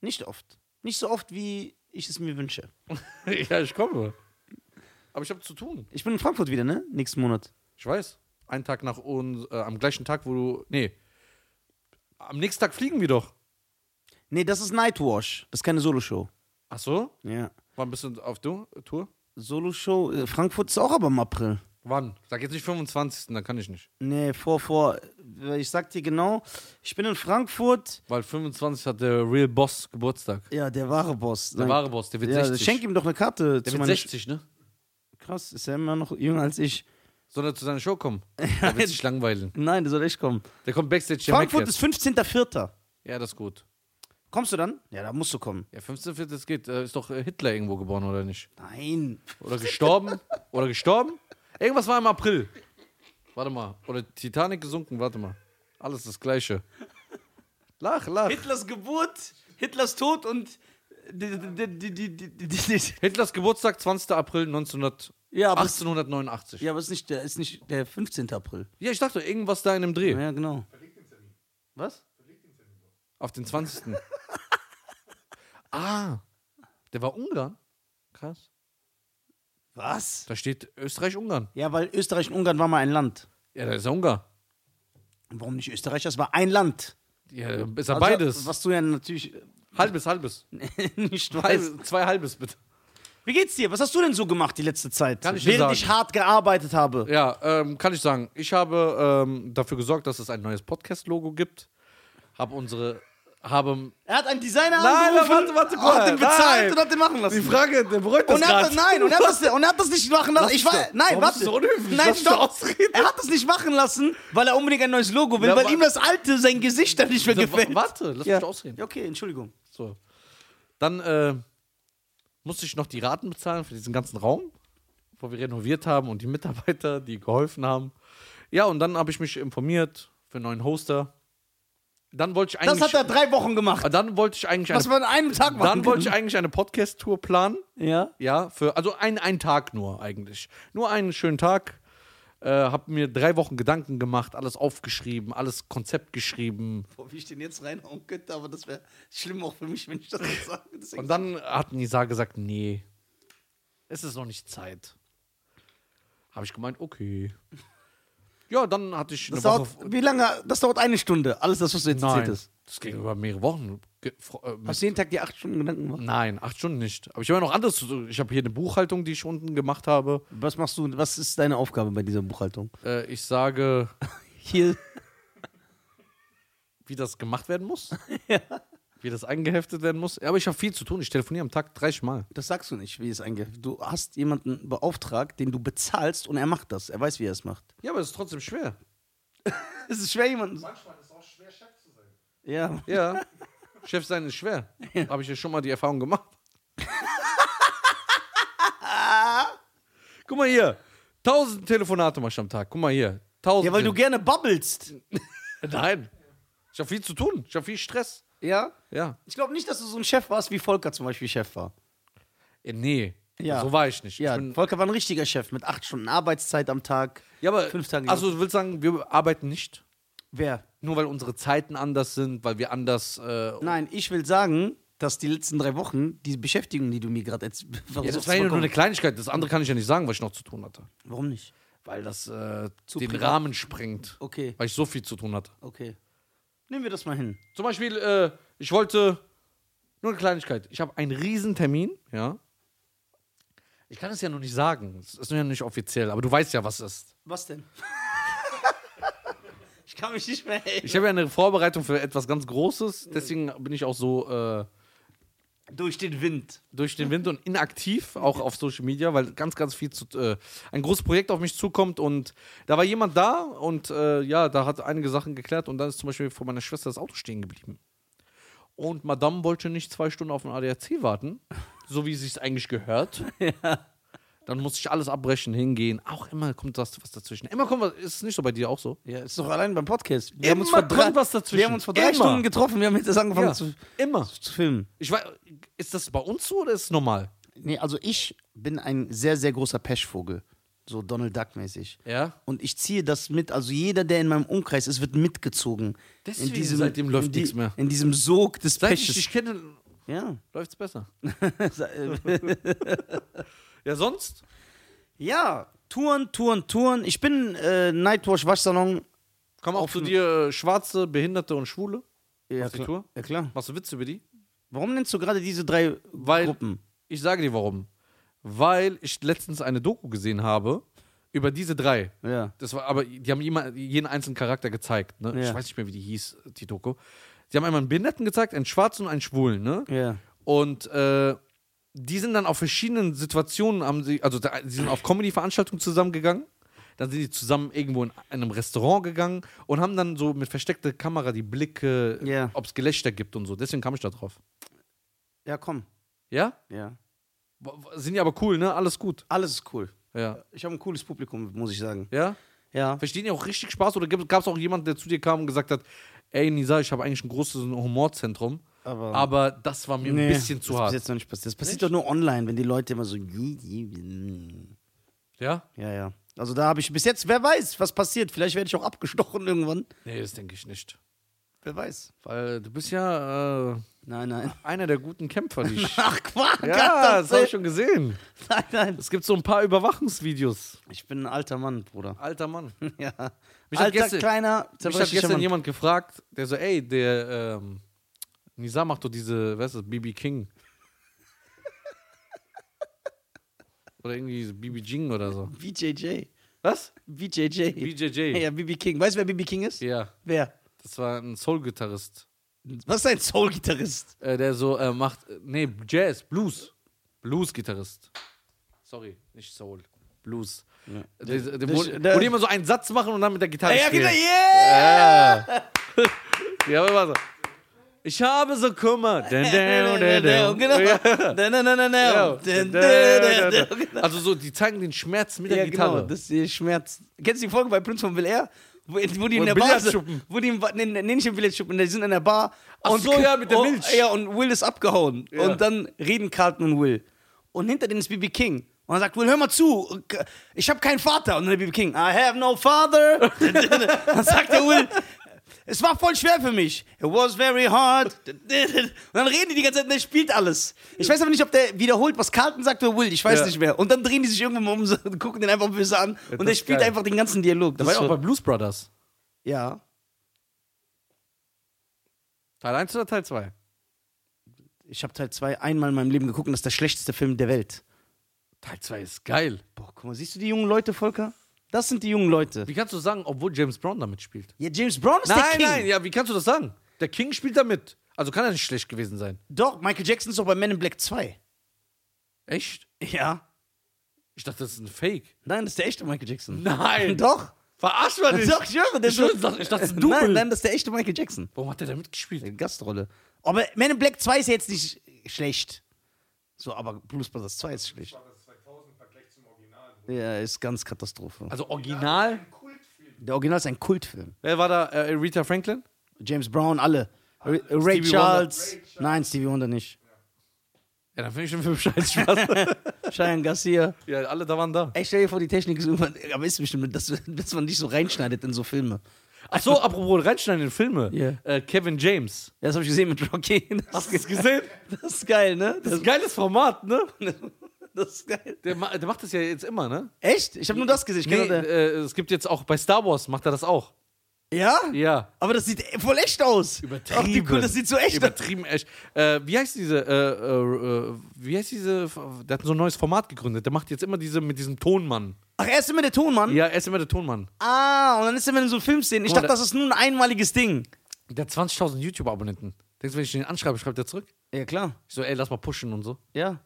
[SPEAKER 2] Nicht oft. Nicht so oft, wie ich es mir wünsche.
[SPEAKER 1] [LAUGHS] ja, ich komme. Aber ich habe zu tun.
[SPEAKER 2] Ich bin in Frankfurt wieder, ne? Nächsten Monat.
[SPEAKER 1] Ich weiß. Einen Tag nach uns, äh, am gleichen Tag, wo du. Nee. Am nächsten Tag fliegen wir doch.
[SPEAKER 2] Nee, das ist Nightwash. Das ist keine Soloshow.
[SPEAKER 1] Ach so?
[SPEAKER 2] Ja.
[SPEAKER 1] Wann bist du auf du, Tour?
[SPEAKER 2] Soloshow, äh, Frankfurt ist auch aber im April.
[SPEAKER 1] Wann? Sag jetzt nicht 25. Dann kann ich nicht.
[SPEAKER 2] Nee, vor, vor. Ich sag dir genau, ich bin in Frankfurt.
[SPEAKER 1] Weil 25 hat der Real Boss Geburtstag.
[SPEAKER 2] Ja, der wahre Boss.
[SPEAKER 1] Der wahre Boss, der wird
[SPEAKER 2] ja,
[SPEAKER 1] 60.
[SPEAKER 2] Schenk ihm doch eine Karte
[SPEAKER 1] Der
[SPEAKER 2] zu
[SPEAKER 1] wird
[SPEAKER 2] meiner
[SPEAKER 1] 60, ne?
[SPEAKER 2] Krass, ist ja immer noch jünger als ich.
[SPEAKER 1] Soll er zu seiner Show
[SPEAKER 2] [LAUGHS]
[SPEAKER 1] kommen? Der wird sich langweilen.
[SPEAKER 2] Nein, der soll echt kommen.
[SPEAKER 1] Der kommt Backstage. Der
[SPEAKER 2] Frankfurt
[SPEAKER 1] meckert.
[SPEAKER 2] ist 15.04.
[SPEAKER 1] Ja, das ist gut.
[SPEAKER 2] Kommst du dann? Ja, da musst du kommen.
[SPEAKER 1] Ja, 15. Viertel, das geht. Äh, Ist doch äh, Hitler irgendwo geboren, oder nicht?
[SPEAKER 2] Nein.
[SPEAKER 1] Oder gestorben? oder gestorben? Irgendwas war im April. Warte mal. Oder Titanic gesunken, warte mal. Alles das Gleiche. Lach, lach.
[SPEAKER 2] Hitlers Geburt, Hitlers Tod und.
[SPEAKER 1] Hitlers Geburtstag, 20. April 1900.
[SPEAKER 2] Ja, aber, es-
[SPEAKER 1] 1889. Ja.
[SPEAKER 2] ja, aber es ist nicht, der, ist nicht der 15. April.
[SPEAKER 1] ich dachte, irgendwas da in dem Dreh.
[SPEAKER 2] Ja, genau.
[SPEAKER 3] Verleg den Termin.
[SPEAKER 2] Was?
[SPEAKER 3] Verleg den Termin doch.
[SPEAKER 1] Auf den 20. [LAUGHS] ah, der war Ungarn. Krass.
[SPEAKER 2] Was?
[SPEAKER 1] Da steht Österreich-Ungarn.
[SPEAKER 2] Ja, weil Österreich und Ungarn war mal ein Land.
[SPEAKER 1] Ja, da ist er Ungar.
[SPEAKER 2] Warum nicht Österreich? Das war ein Land.
[SPEAKER 1] Ja, ist ja
[SPEAKER 2] Also,
[SPEAKER 1] beides.
[SPEAKER 2] Was du ja natürlich äh,
[SPEAKER 1] Halbes, halbes.
[SPEAKER 2] [LAUGHS] nicht weißt.
[SPEAKER 1] Halb, zwei halbes, bitte.
[SPEAKER 2] Wie geht's dir? Was hast du denn so gemacht die letzte Zeit?
[SPEAKER 1] Kann ich dir
[SPEAKER 2] Während
[SPEAKER 1] sagen.
[SPEAKER 2] ich hart gearbeitet habe.
[SPEAKER 1] Ja, ähm, kann ich sagen. Ich habe ähm, dafür gesorgt, dass es ein neues Podcast-Logo gibt. Habe unsere. Habe.
[SPEAKER 2] Er hat einen Designer
[SPEAKER 1] Nein, warte,
[SPEAKER 2] angerufen,
[SPEAKER 1] warte,
[SPEAKER 2] hat
[SPEAKER 1] warte,
[SPEAKER 2] den bezahlt
[SPEAKER 1] nein.
[SPEAKER 2] und hat den machen lassen.
[SPEAKER 1] Frage, der bereut
[SPEAKER 2] und er hat, nein, und er hat das, und er hat das nicht machen lassen.
[SPEAKER 1] Lass
[SPEAKER 2] Ich
[SPEAKER 1] es
[SPEAKER 2] war,
[SPEAKER 1] doch.
[SPEAKER 2] nein,
[SPEAKER 1] Warum
[SPEAKER 2] warte.
[SPEAKER 1] bist du so unhöflich?
[SPEAKER 2] nein,
[SPEAKER 1] Lass mich
[SPEAKER 2] stopp.
[SPEAKER 1] doch ausreden.
[SPEAKER 2] Er hat das nicht machen lassen, weil er unbedingt ein neues Logo will,
[SPEAKER 1] Ja,
[SPEAKER 2] weil
[SPEAKER 1] wa-
[SPEAKER 2] ihm das alte, sein Gesicht dann nicht mehr gefällt.
[SPEAKER 1] Warte, lass
[SPEAKER 2] ja.
[SPEAKER 1] mich ausreden.
[SPEAKER 2] Ja, Okay, Entschuldigung.
[SPEAKER 1] So. Dann äh, musste ich noch die Raten bezahlen für diesen ganzen Raum, wo wir renoviert haben und die Mitarbeiter, die geholfen haben. Ja, und dann habe ich mich informiert für einen neuen Hoster. Dann wollte ich
[SPEAKER 2] Das
[SPEAKER 1] eigentlich.
[SPEAKER 2] hat er drei Wochen gemacht,
[SPEAKER 1] dann wollte ich eigentlich eine
[SPEAKER 2] was man an einem Tag machen
[SPEAKER 1] Dann wollte ich
[SPEAKER 2] kann.
[SPEAKER 1] eigentlich eine Podcast-Tour planen.
[SPEAKER 2] Ja.
[SPEAKER 1] Ja, für, also ein, einen Tag nur eigentlich. Nur einen schönen Tag. Äh, hab mir drei Wochen Gedanken gemacht, alles aufgeschrieben, alles Konzept geschrieben.
[SPEAKER 2] Boah, wie ich den jetzt reinhauen könnte, aber das wäre schlimm auch für mich, wenn ich das jetzt [LAUGHS] sage. Deswegen-
[SPEAKER 1] Und dann hat Nisa gesagt, nee, es ist noch nicht Zeit. Habe ich gemeint, okay. Ja, dann hatte ich
[SPEAKER 2] das
[SPEAKER 1] eine
[SPEAKER 2] dauert,
[SPEAKER 1] Woche.
[SPEAKER 2] wie lange? Das dauert eine Stunde. Alles das, was du jetzt erzählt
[SPEAKER 1] Nein,
[SPEAKER 2] hast.
[SPEAKER 1] das ging über mehrere Wochen. Ge- fro- äh,
[SPEAKER 2] Hast du jeden Tag die acht Stunden Gedanken gemacht?
[SPEAKER 1] Nein, acht Stunden nicht. Aber ich habe ja noch anderes. zu tun. Ich habe hier eine Buchhaltung, die ich unten gemacht habe.
[SPEAKER 2] Was machst du? Was ist deine Aufgabe bei dieser Buchhaltung?
[SPEAKER 1] Äh, ich sage,
[SPEAKER 2] Hier.
[SPEAKER 1] wie das gemacht werden [LAUGHS] muss, wie das eingeheftet werden muss. Aber ich habe viel zu tun. Ich telefoniere am Tag 30 Mal.
[SPEAKER 2] Das sagst du nicht, wie es angeht. Du hast jemanden beauftragt, den du bezahlst und er macht das. Er weiß, wie er es macht.
[SPEAKER 1] Ja, aber es ist trotzdem schwer. [LAUGHS]
[SPEAKER 2] Es ist schwer, jemanden.
[SPEAKER 3] Manchmal ist es auch schwer, Chef zu sein.
[SPEAKER 2] Ja.
[SPEAKER 1] Ja. Chef sein ist schwer. Habe ich ja schon mal die Erfahrung gemacht. [LAUGHS] Guck mal hier. 1000 Telefonate mach ich am Tag. Guck mal hier. 1000.
[SPEAKER 2] Ja, weil du gerne babbelst.
[SPEAKER 1] Nein. Ich habe viel zu tun. Ich habe viel Stress.
[SPEAKER 2] Ja?
[SPEAKER 1] Ja.
[SPEAKER 2] Ich glaube nicht, dass du so ein Chef warst, wie Volker zum Beispiel Chef war.
[SPEAKER 1] Äh, Nee.
[SPEAKER 2] Ja.
[SPEAKER 1] So war ich nicht.
[SPEAKER 2] Ja,
[SPEAKER 1] ich bin,
[SPEAKER 2] Volker war ein richtiger Chef mit acht Stunden Arbeitszeit am Tag.
[SPEAKER 1] ja aber.
[SPEAKER 2] fünf Tage
[SPEAKER 1] also, du willst sagen, wir arbeiten nicht?
[SPEAKER 2] Wer?
[SPEAKER 1] Nur weil unsere Zeiten anders sind, weil wir anders. Äh,
[SPEAKER 2] Nein, ich will sagen, dass die letzten drei Wochen, die Beschäftigung, die du mir gerade jetzt [LAUGHS]
[SPEAKER 1] Ja, das Also war ja nur eine Kleinigkeit. Das andere kann ich ja nicht sagen, was ich noch zu tun hatte.
[SPEAKER 2] Warum nicht?
[SPEAKER 1] Weil das äh,
[SPEAKER 2] Zu
[SPEAKER 1] den
[SPEAKER 2] privat.
[SPEAKER 1] Rahmen sprengt.
[SPEAKER 2] Okay.
[SPEAKER 1] Weil ich so viel zu tun hatte.
[SPEAKER 2] Okay. Nehmen wir das mal hin.
[SPEAKER 1] Zum Beispiel, äh, ich wollte. Nur eine Kleinigkeit. Ich habe einen Riesentermin, ja. Ich kann es ja noch nicht sagen. Es ist ja nicht offiziell, aber du weißt ja, was es ist.
[SPEAKER 2] Was denn? [LAUGHS] ich kann mich nicht mehr helfen.
[SPEAKER 1] Ich habe ja eine Vorbereitung für etwas ganz Großes, deswegen bin ich auch so äh,
[SPEAKER 2] Durch den Wind.
[SPEAKER 1] durch den Wind und inaktiv, auch auf Social Media, weil ganz, ganz viel zu, äh, ein großes Projekt auf mich zukommt und da war jemand da und äh, ja, da hat einige Sachen geklärt und dann ist zum Beispiel vor meiner Schwester das Auto stehen geblieben. Und Madame wollte nicht zwei Stunden auf den ADAC warten, so wie sie es eigentlich [LAUGHS] gehört. Dann muss ich alles abbrechen, hingehen. Auch immer kommt das was dazwischen. Immer kommt was, ist es nicht so bei dir auch so?
[SPEAKER 2] Ja, ist doch allein beim Podcast. Wir
[SPEAKER 1] Immer kommt
[SPEAKER 2] drei,
[SPEAKER 1] was dazwischen.
[SPEAKER 2] Wir haben uns vor drei
[SPEAKER 1] Immer.
[SPEAKER 2] Stunden getroffen, wir haben jetzt erst angefangen
[SPEAKER 1] Ja,
[SPEAKER 2] zu,
[SPEAKER 1] immer.
[SPEAKER 2] zu filmen.
[SPEAKER 1] Ich weiß, ist das bei uns so oder ist es normal?
[SPEAKER 2] Nee, also ich bin ein sehr, sehr großer Peschvogel. So Donald Duck-mäßig.
[SPEAKER 1] Ja.
[SPEAKER 2] Und ich ziehe das mit, also jeder, der in meinem Umkreis ist, wird mitgezogen.
[SPEAKER 1] Deswegen, seitdem läuft
[SPEAKER 2] in die-
[SPEAKER 1] nichts mehr.
[SPEAKER 2] In diesem Sog des
[SPEAKER 1] Seit ich
[SPEAKER 2] Pesches.
[SPEAKER 1] dich kenne,
[SPEAKER 2] [LAUGHS] ja.
[SPEAKER 1] läuft's besser.
[SPEAKER 2] Äh,
[SPEAKER 1] Ja, sonst?
[SPEAKER 2] ja, Touren, Touren, Touren. Ich bin äh, Nightwash Waschsalon.
[SPEAKER 1] Kommen auch
[SPEAKER 2] Auf
[SPEAKER 1] zu
[SPEAKER 2] dem-
[SPEAKER 1] dir äh, Schwarze, Behinderte und Schwule?
[SPEAKER 2] Ja,
[SPEAKER 1] Auf die Tour?
[SPEAKER 2] Ja, klar.
[SPEAKER 1] Machst du Witze über die?
[SPEAKER 2] Warum nennst du gerade diese drei
[SPEAKER 1] Weil-
[SPEAKER 2] Gruppen?
[SPEAKER 1] Ich sage dir warum. Weil ich letztens eine Doku gesehen habe über diese drei.
[SPEAKER 2] Ja.
[SPEAKER 1] Das war, aber die haben immer jeden einzelnen Charakter gezeigt. Ne? Ich
[SPEAKER 2] Ja.
[SPEAKER 1] weiß nicht mehr, wie die hieß, die Doku. Die haben einmal einen Behinderten gezeigt, einen Schwarzen und einen Schwulen. Ne?
[SPEAKER 2] Ja.
[SPEAKER 1] Und äh, die sind dann auf verschiedenen Situationen, haben sie, also da, sie sind auf Comedy-Veranstaltungen zusammengegangen. Dann sind die zusammen irgendwo in einem Restaurant gegangen und haben dann so mit versteckter Kamera die Blicke,
[SPEAKER 2] Ja.
[SPEAKER 1] ob es Gelächter gibt und so. Deswegen kam ich da drauf.
[SPEAKER 2] Ja, komm.
[SPEAKER 1] Ja?
[SPEAKER 2] Ja.
[SPEAKER 1] W- w- Sind ja aber cool, ne? Alles gut.
[SPEAKER 2] Alles ist cool.
[SPEAKER 1] Ja.
[SPEAKER 2] Ich habe ein cooles Publikum, muss ich sagen.
[SPEAKER 1] Ja?
[SPEAKER 2] Ja.
[SPEAKER 1] Verstehen die auch richtig Spaß oder gab es auch jemanden, der zu dir kam und gesagt hat, ey Nisa, ich habe eigentlich ein großes Humorzentrum,
[SPEAKER 2] Aber-
[SPEAKER 1] aber das war mir ein bisschen zu
[SPEAKER 2] das ist bis
[SPEAKER 1] hart.
[SPEAKER 2] jetzt noch nicht passiert. Das passiert doch nur online, wenn die Leute immer so. "Ji, ji, mm."
[SPEAKER 1] Ja?
[SPEAKER 2] Ja, ja. Also da habe ich bis jetzt, wer weiß, was passiert. Vielleicht werde ich auch abgestochen irgendwann.
[SPEAKER 1] Nee, das denke ich nicht.
[SPEAKER 2] Wer weiß.
[SPEAKER 1] Weil du bist ja äh, [LAUGHS]
[SPEAKER 2] Nein, nein.
[SPEAKER 1] einer der guten Kämpfer, [LAUGHS] die ich.
[SPEAKER 2] Ach, Quark.
[SPEAKER 1] Ja, das habe ich
[SPEAKER 2] ich
[SPEAKER 1] schon gesehen.
[SPEAKER 2] Nein, nein.
[SPEAKER 1] Es gibt so ein paar Überwachungsvideos.
[SPEAKER 2] Ich bin ein alter Mann, Bruder. [LAUGHS]
[SPEAKER 1] Alter Mann.
[SPEAKER 2] Ja.
[SPEAKER 1] Mich hat
[SPEAKER 2] alter,
[SPEAKER 1] gestern-
[SPEAKER 2] kleiner,
[SPEAKER 1] Mich hat
[SPEAKER 2] zerbrechlicher
[SPEAKER 1] gestern
[SPEAKER 2] Mann.
[SPEAKER 1] jemand gefragt, der so, ey, der ähm, Nisa macht doch diese, weißt du, BB King. Oder irgendwie so BB Jing oder so.
[SPEAKER 2] BJJ.
[SPEAKER 1] Was?
[SPEAKER 2] BJJ.
[SPEAKER 1] BJJ.
[SPEAKER 2] Ja, BB King. Weißt du, wer BB King ist?
[SPEAKER 1] Ja,
[SPEAKER 2] Wer?
[SPEAKER 1] das war ein Soul-Gitarrist.
[SPEAKER 2] Was ist ein Soul-Gitarrist?
[SPEAKER 1] Äh, der so äh, macht, äh, nee, Jazz, Blues. Blues-Gitarrist. Sorry, nicht Soul. Blues. Der, der, der,
[SPEAKER 2] Das-
[SPEAKER 1] wo,
[SPEAKER 2] das-
[SPEAKER 1] wo die immer so einen Satz machen und dann mit der Gitarre
[SPEAKER 2] Ja,
[SPEAKER 1] spielen.
[SPEAKER 2] genau. Yeah!
[SPEAKER 1] Ja, aber immer so. Ich habe so
[SPEAKER 2] [LAUGHS]
[SPEAKER 1] Kummer. Dun, dun, dun,
[SPEAKER 2] Genau.
[SPEAKER 1] dun. Ja.
[SPEAKER 2] Genau.
[SPEAKER 1] Ja.
[SPEAKER 2] Genau.
[SPEAKER 1] Dun, dun,
[SPEAKER 2] Genau.
[SPEAKER 1] dun, dun. Also so, die zeigen den Schmerz mit der
[SPEAKER 2] Ja,
[SPEAKER 1] Gitarre.
[SPEAKER 2] genau, das ist ihr Schmerz. Kennst du die Folge bei Prince von Bel Air? Wo, wo die
[SPEAKER 1] Wo
[SPEAKER 2] in der
[SPEAKER 1] im
[SPEAKER 2] Bar
[SPEAKER 1] Billardschuppen.
[SPEAKER 2] sind. Wo die im, Ba- nee, nee, nicht im Billardschuppen, die sind in der Bar.
[SPEAKER 1] Ach so, ja, mit der Milch.
[SPEAKER 2] Oh, ja, und Will ist abgehauen.
[SPEAKER 1] Ja.
[SPEAKER 2] Und dann reden Carlton und Will. Und hinter denen ist B.B. King. Und er sagt, Will, hör mal zu, ich habe keinen Vater. Und dann der B.B. King, I have
[SPEAKER 1] [LAUGHS]
[SPEAKER 2] no father. dann sagt der Will, es war voll schwer für mich. It was
[SPEAKER 1] [LAUGHS]
[SPEAKER 2] very hard. Und dann reden die die ganze Zeit und der spielt alles. Ich weiß aber nicht, ob der wiederholt, was Carlton sagt oder Will. Ich weiß
[SPEAKER 1] Ja.
[SPEAKER 2] nicht mehr. Und dann drehen die sich irgendwann mal um so, [LAUGHS] und gucken den einfach böse an.
[SPEAKER 1] Ja,
[SPEAKER 2] und
[SPEAKER 1] das
[SPEAKER 2] der
[SPEAKER 1] ist
[SPEAKER 2] spielt
[SPEAKER 1] geil.
[SPEAKER 2] einfach den ganzen Dialog.
[SPEAKER 1] Da
[SPEAKER 2] Das
[SPEAKER 1] war
[SPEAKER 2] ist
[SPEAKER 1] ja auch
[SPEAKER 2] schon-
[SPEAKER 1] bei Blues Brothers.
[SPEAKER 2] ja.
[SPEAKER 1] Teil 1 oder Teil 2?
[SPEAKER 2] Ich habe Teil 2 einmal in meinem Leben geguckt und das ist der schlechteste Film der Welt.
[SPEAKER 1] Teil 2 ist geil.
[SPEAKER 2] Boah, guck mal, siehst du die jungen Leute, Volker? Das sind die jungen Leute.
[SPEAKER 1] Wie kannst du sagen, obwohl James Brown damit spielt?
[SPEAKER 2] Ja, James Brown ist der
[SPEAKER 1] Nein,
[SPEAKER 2] King.
[SPEAKER 1] nein, ja, wie kannst du das sagen? Der King spielt damit. Also kann er nicht schlecht gewesen sein.
[SPEAKER 2] Doch, Michael Jackson ist doch bei Men in Black 2.
[SPEAKER 1] Echt?
[SPEAKER 2] Ja.
[SPEAKER 1] Ich dachte, das ist ein Fake.
[SPEAKER 2] Nein, das ist der echte Michael Jackson.
[SPEAKER 1] Nein.
[SPEAKER 2] Doch.
[SPEAKER 1] Verarsch mal nicht.
[SPEAKER 2] Doch, ich höre, der
[SPEAKER 1] Ich schwöre, ich dachte, ich dachte, es ist ein Double.
[SPEAKER 2] Nein, nein, das ist der echte Michael Jackson.
[SPEAKER 1] Warum hat der da mitgespielt?
[SPEAKER 2] Eine Gastrolle. Aber Men in Black 2 ist ja jetzt nicht schlecht. So, aber Blues Brothers 2 ist schlecht.
[SPEAKER 3] War das 2000 im Vergleich zum Original?
[SPEAKER 2] Ja, ist ganz Katastrophe.
[SPEAKER 1] Also original?
[SPEAKER 3] Ein Kultfilm.
[SPEAKER 2] Der Original ist ein Kultfilm.
[SPEAKER 1] Wer war da? Äh, Rita Franklin?
[SPEAKER 2] James Brown, alle. Ray, Ray
[SPEAKER 1] Ah, Wonder.
[SPEAKER 2] Charles.
[SPEAKER 3] Ray Charles.
[SPEAKER 2] Nein, Stevie Wonder
[SPEAKER 3] [LAUGHS]
[SPEAKER 2] nicht.
[SPEAKER 1] Ja, dann finde ich den Film scheiß Spaß.
[SPEAKER 2] [LAUGHS] Cheyenne Garcia.
[SPEAKER 1] ja, alle da waren da.
[SPEAKER 2] Ey, stell dir vor, die Technik ist irgendwann. Aber ist bestimmt, dass, dass man nicht so reinschneidet in so Filme.
[SPEAKER 1] Achso, apropos reinschneiden in Filme.
[SPEAKER 2] Ja.
[SPEAKER 1] Äh, Kevin James.
[SPEAKER 2] Ja, das habe ich gesehen mit Rocky. Das,
[SPEAKER 1] Hast du es gesehen?
[SPEAKER 2] das ist geil, ne?
[SPEAKER 1] Das
[SPEAKER 2] Das,
[SPEAKER 1] ist ein geiles Format, ne?
[SPEAKER 2] das ist geil.
[SPEAKER 1] Der, ma- der macht das ja jetzt immer, ne?
[SPEAKER 2] Echt? Ich habe nur das gesehen. Ich
[SPEAKER 1] Nee,
[SPEAKER 2] kenn nur der-
[SPEAKER 1] äh, es gibt jetzt auch bei Star Wars, macht er das auch. äh,
[SPEAKER 2] ja?
[SPEAKER 1] Ja.
[SPEAKER 2] Aber das sieht voll echt aus. Ach, die Kuh, das sieht so echt aus.
[SPEAKER 1] Übertrieben echt. Äh, wie heißt diese, äh, äh, äh, wie heißt diese, der hat so ein neues Format gegründet. Der macht jetzt immer diese mit diesem Tonmann.
[SPEAKER 2] Ach, er ist immer der Tonmann?
[SPEAKER 1] Ja, er ist immer der Tonmann.
[SPEAKER 2] Ah, und dann ist er immer in so Filmszenen. Ich
[SPEAKER 1] Guck
[SPEAKER 2] dachte,
[SPEAKER 1] mal,
[SPEAKER 2] das ist nur ein einmaliges Ding.
[SPEAKER 1] Der hat 20.000 YouTube-Abonnenten. Denkst du, wenn ich den anschreibe, schreibt er zurück?
[SPEAKER 2] Ja, klar.
[SPEAKER 1] Ich so, ey, lass mal pushen und so.
[SPEAKER 2] Ja.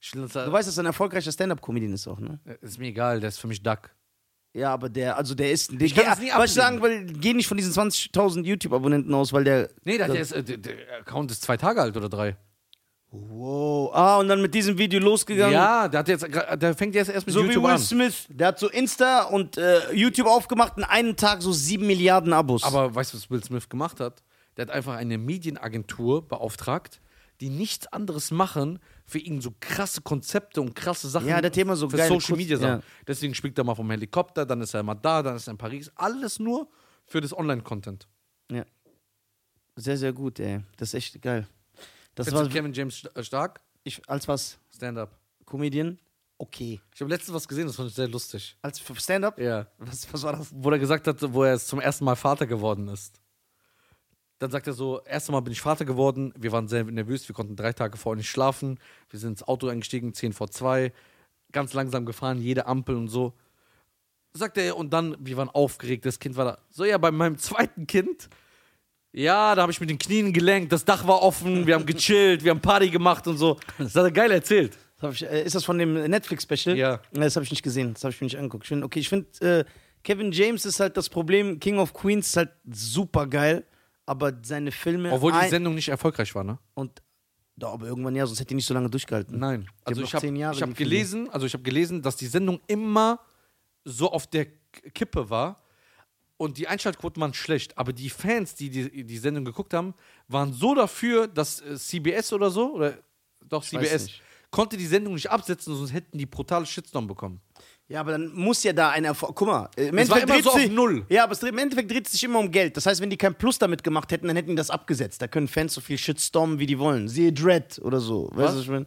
[SPEAKER 1] Ich will das,
[SPEAKER 2] Du weißt, dass er ein erfolgreicher Stand-Up-Comedian ist auch, ne?
[SPEAKER 1] Äh, Ist mir egal, der ist für mich Duck.
[SPEAKER 2] Ja, aber der, also der ist. Der,
[SPEAKER 1] kann
[SPEAKER 2] geh-
[SPEAKER 1] das nie
[SPEAKER 2] aber ich
[SPEAKER 1] ablehnen.
[SPEAKER 2] sagen, weil geh nicht von diesen 20.000 YouTube-Abonnenten aus, weil der.
[SPEAKER 1] Nee, der, der, ist, äh, der, der Account ist zwei Tage alt oder drei.
[SPEAKER 2] Wow. Ah, und dann mit diesem Video losgegangen.
[SPEAKER 1] Ja, der, hat jetzt, gra- der fängt jetzt erst mit
[SPEAKER 2] So
[SPEAKER 1] YouTube
[SPEAKER 2] wie Will
[SPEAKER 1] an.
[SPEAKER 2] Smith. Der hat so Insta und äh, YouTube aufgemacht in einem Tag so 7 Milliarden Abos.
[SPEAKER 1] Aber weißt du, was Will Smith gemacht hat? Der hat einfach eine Medienagentur beauftragt, die nichts anderes machen, für ihn so krasse Konzepte und krasse Sachen.
[SPEAKER 2] Ja, der Thema so
[SPEAKER 1] für
[SPEAKER 2] geile
[SPEAKER 1] Social
[SPEAKER 2] Kurz-
[SPEAKER 1] Media Sachen.
[SPEAKER 2] ja.
[SPEAKER 1] Deswegen springt er mal vom Helikopter, dann ist er mal da, dann ist er in Paris. Alles nur für das Online-Content.
[SPEAKER 2] ja. Sehr, sehr gut, ey. Das ist echt geil. Das
[SPEAKER 1] Kennst
[SPEAKER 2] war.
[SPEAKER 1] du Kevin James St- äh, Stark,
[SPEAKER 2] Ich, als was?
[SPEAKER 1] Stand-up.
[SPEAKER 2] Comedian? Okay.
[SPEAKER 1] Ich habe letztens was gesehen, das fand ich sehr lustig.
[SPEAKER 2] Als für Stand-up?
[SPEAKER 1] Ja.
[SPEAKER 2] Was, was war das?
[SPEAKER 1] Wo er gesagt hat, wo er zum ersten Mal Vater geworden ist. Dann sagt er so: Erst Mal bin ich Vater geworden, wir waren sehr nervös, wir konnten drei Tage vorher nicht schlafen, wir sind ins Auto eingestiegen, 10 vor 2, ganz langsam gefahren, jede Ampel und so. Sagt er, und dann, wir waren aufgeregt, das Kind war da. So, ja, bei meinem zweiten Kind, ja, da habe ich mit den Knien gelenkt, das Dach war offen, wir haben gechillt, wir haben Party gemacht und so. Das hat er geil erzählt.
[SPEAKER 2] Das hab ich, äh, ist das von dem Netflix-Special?
[SPEAKER 1] Ja.
[SPEAKER 2] Ne, Das habe ich nicht gesehen, das habe ich mir nicht angeguckt. Ich find, okay, ich finde, äh, Kevin James ist halt das Problem, King of Queens ist halt super geil, aber seine Filme.
[SPEAKER 1] Obwohl die
[SPEAKER 2] ein-
[SPEAKER 1] Sendung nicht erfolgreich war, ne?
[SPEAKER 2] und doch, aber irgendwann ja, sonst hätte die nicht so lange durchgehalten.
[SPEAKER 1] Nein. Also
[SPEAKER 2] noch
[SPEAKER 1] ich habe
[SPEAKER 2] zehn Jahre
[SPEAKER 1] ich hab
[SPEAKER 2] lief die.
[SPEAKER 1] gelesen, also ich habe gelesen, dass die Sendung immer so auf der K- Kippe war und die Einschaltquoten waren schlecht, aber die Fans, die die, die Sendung geguckt haben, waren so dafür, dass äh, CBS oder so oder doch
[SPEAKER 2] weiß
[SPEAKER 1] CBS
[SPEAKER 2] nicht.
[SPEAKER 1] konnte die Sendung nicht absetzen, sonst hätten die brutale Shitstorm bekommen.
[SPEAKER 2] Ja, aber dann muss ja da ein Erfolg. Guck mal, äh, im
[SPEAKER 1] Es war
[SPEAKER 2] Endeffekt
[SPEAKER 1] immer
[SPEAKER 2] dreht
[SPEAKER 1] so auf
[SPEAKER 2] sich-
[SPEAKER 1] Null.
[SPEAKER 2] Ja, aber es dreht, im Endeffekt dreht es sich immer um Geld. Das heißt, wenn die kein Plus damit gemacht hätten, dann hätten die das abgesetzt. Da können Fans so viel Shitstormen, wie die wollen. Siehe Dread oder so. Weißt du, was ich meine?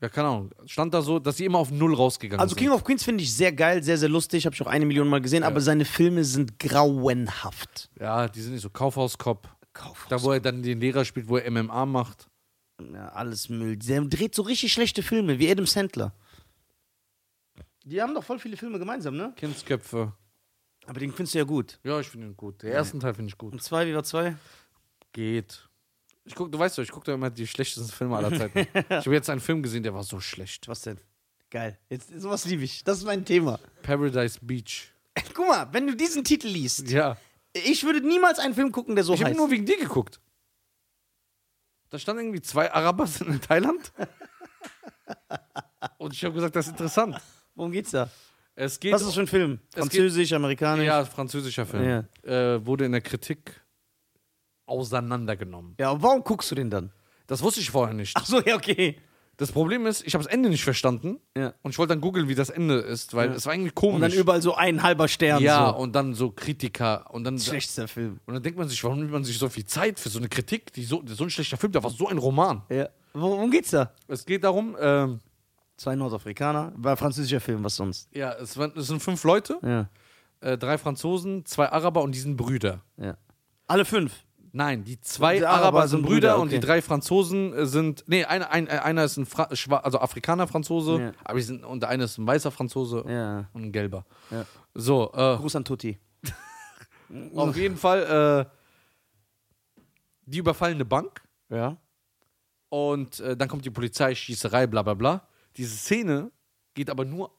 [SPEAKER 1] Ja, keine Ahnung. Stand da so, dass sie immer auf Null rausgegangen
[SPEAKER 2] Also
[SPEAKER 1] sind.
[SPEAKER 2] King of Queens finde ich sehr geil, sehr, sehr lustig. Habe ich auch eine Million Mal gesehen. Aber seine Filme sind grauenhaft.
[SPEAKER 1] Ja, die sind nicht so. Kaufhauskopf.
[SPEAKER 2] Kaufhaus.
[SPEAKER 1] Da, wo er dann den Lehrer spielt, wo er MMA macht.
[SPEAKER 2] Ja, alles Müll. Der dreht so richtig schlechte Filme, wie Adam Sandler. Die haben doch voll viele Filme gemeinsam, ne?
[SPEAKER 1] Kindsköpfe.
[SPEAKER 2] Aber den findest du ja gut.
[SPEAKER 1] Ja, ich finde ihn gut. Den ersten Teil finde ich gut.
[SPEAKER 2] Und zwei, wie war zwei?
[SPEAKER 1] Geht. Ich guck, du weißt doch, ich gucke da immer die schlechtesten Filme aller
[SPEAKER 2] [LAUGHS]
[SPEAKER 1] Zeiten. ich habe jetzt einen Film gesehen, der war so schlecht.
[SPEAKER 2] Was denn? Geil. Jetzt, sowas liebe ich. Das ist mein Thema.
[SPEAKER 1] Paradise Beach.
[SPEAKER 2] [LAUGHS] Guck mal, wenn du diesen Titel liest,
[SPEAKER 1] Ja.
[SPEAKER 2] ich würde niemals einen Film gucken, der so
[SPEAKER 1] Ich habe
[SPEAKER 2] heißt.
[SPEAKER 1] nur wegen dir geguckt. Da standen irgendwie zwei Araber sind in
[SPEAKER 2] [LAUGHS]
[SPEAKER 1] Thailand. Und ich habe gesagt, das ist interessant.
[SPEAKER 2] Worum geht's da?
[SPEAKER 1] Es geht
[SPEAKER 2] Was ist das für ein Film?
[SPEAKER 1] geht-
[SPEAKER 2] Französisch, amerikanisch?
[SPEAKER 1] Ja, französischer Film. Äh, wurde in der Kritik auseinandergenommen.
[SPEAKER 2] Ja, aber warum guckst du den dann?
[SPEAKER 1] Das wusste ich vorher nicht.
[SPEAKER 2] Ach so, ja, okay.
[SPEAKER 1] Das Problem ist, ich habe das Ende nicht verstanden.
[SPEAKER 2] Ja.
[SPEAKER 1] Und ich wollte dann googeln, wie das Ende ist, weil es war eigentlich
[SPEAKER 2] Und dann
[SPEAKER 1] komisch.
[SPEAKER 2] überall so ein halber Stern.
[SPEAKER 1] ja,
[SPEAKER 2] so.
[SPEAKER 1] und dann so Kritiker. Und dann,
[SPEAKER 2] Schlechtester Film.
[SPEAKER 1] und dann denkt man sich, warum nimmt man sich so viel Zeit für so eine Kritik? Die so, so ein schlechter Film, da war so ein Roman.
[SPEAKER 2] Ja. Worum geht's da?
[SPEAKER 1] Es geht darum, ähm,
[SPEAKER 2] Zwei Nordafrikaner. War französischer Film, was sonst?
[SPEAKER 1] ja, es, waren- es sind fünf Leute,
[SPEAKER 2] Ja,
[SPEAKER 1] äh, drei Franzosen, zwei Araber und die sind Brüder.
[SPEAKER 2] ja. Alle fünf.
[SPEAKER 1] Nein, die zwei
[SPEAKER 2] Die
[SPEAKER 1] Araber, sind Brüder, und die drei Franzosen äh, sind. Nee, ein, ein, äh, einer ist ein Fra Schwa- also Afrikaner-Franzose,
[SPEAKER 2] Ja.
[SPEAKER 1] aber die sind, und der eine ist ein weißer Franzose
[SPEAKER 2] Ja.
[SPEAKER 1] und ein gelber.
[SPEAKER 2] Ja.
[SPEAKER 1] So, äh,
[SPEAKER 2] Gruß an Tutti.
[SPEAKER 1] auf jeden Fall, äh, die überfallen eine Bank
[SPEAKER 2] Ja.
[SPEAKER 1] und äh, dann kommt die Polizei, Schießerei, bla bla bla. Diese Szene geht aber nur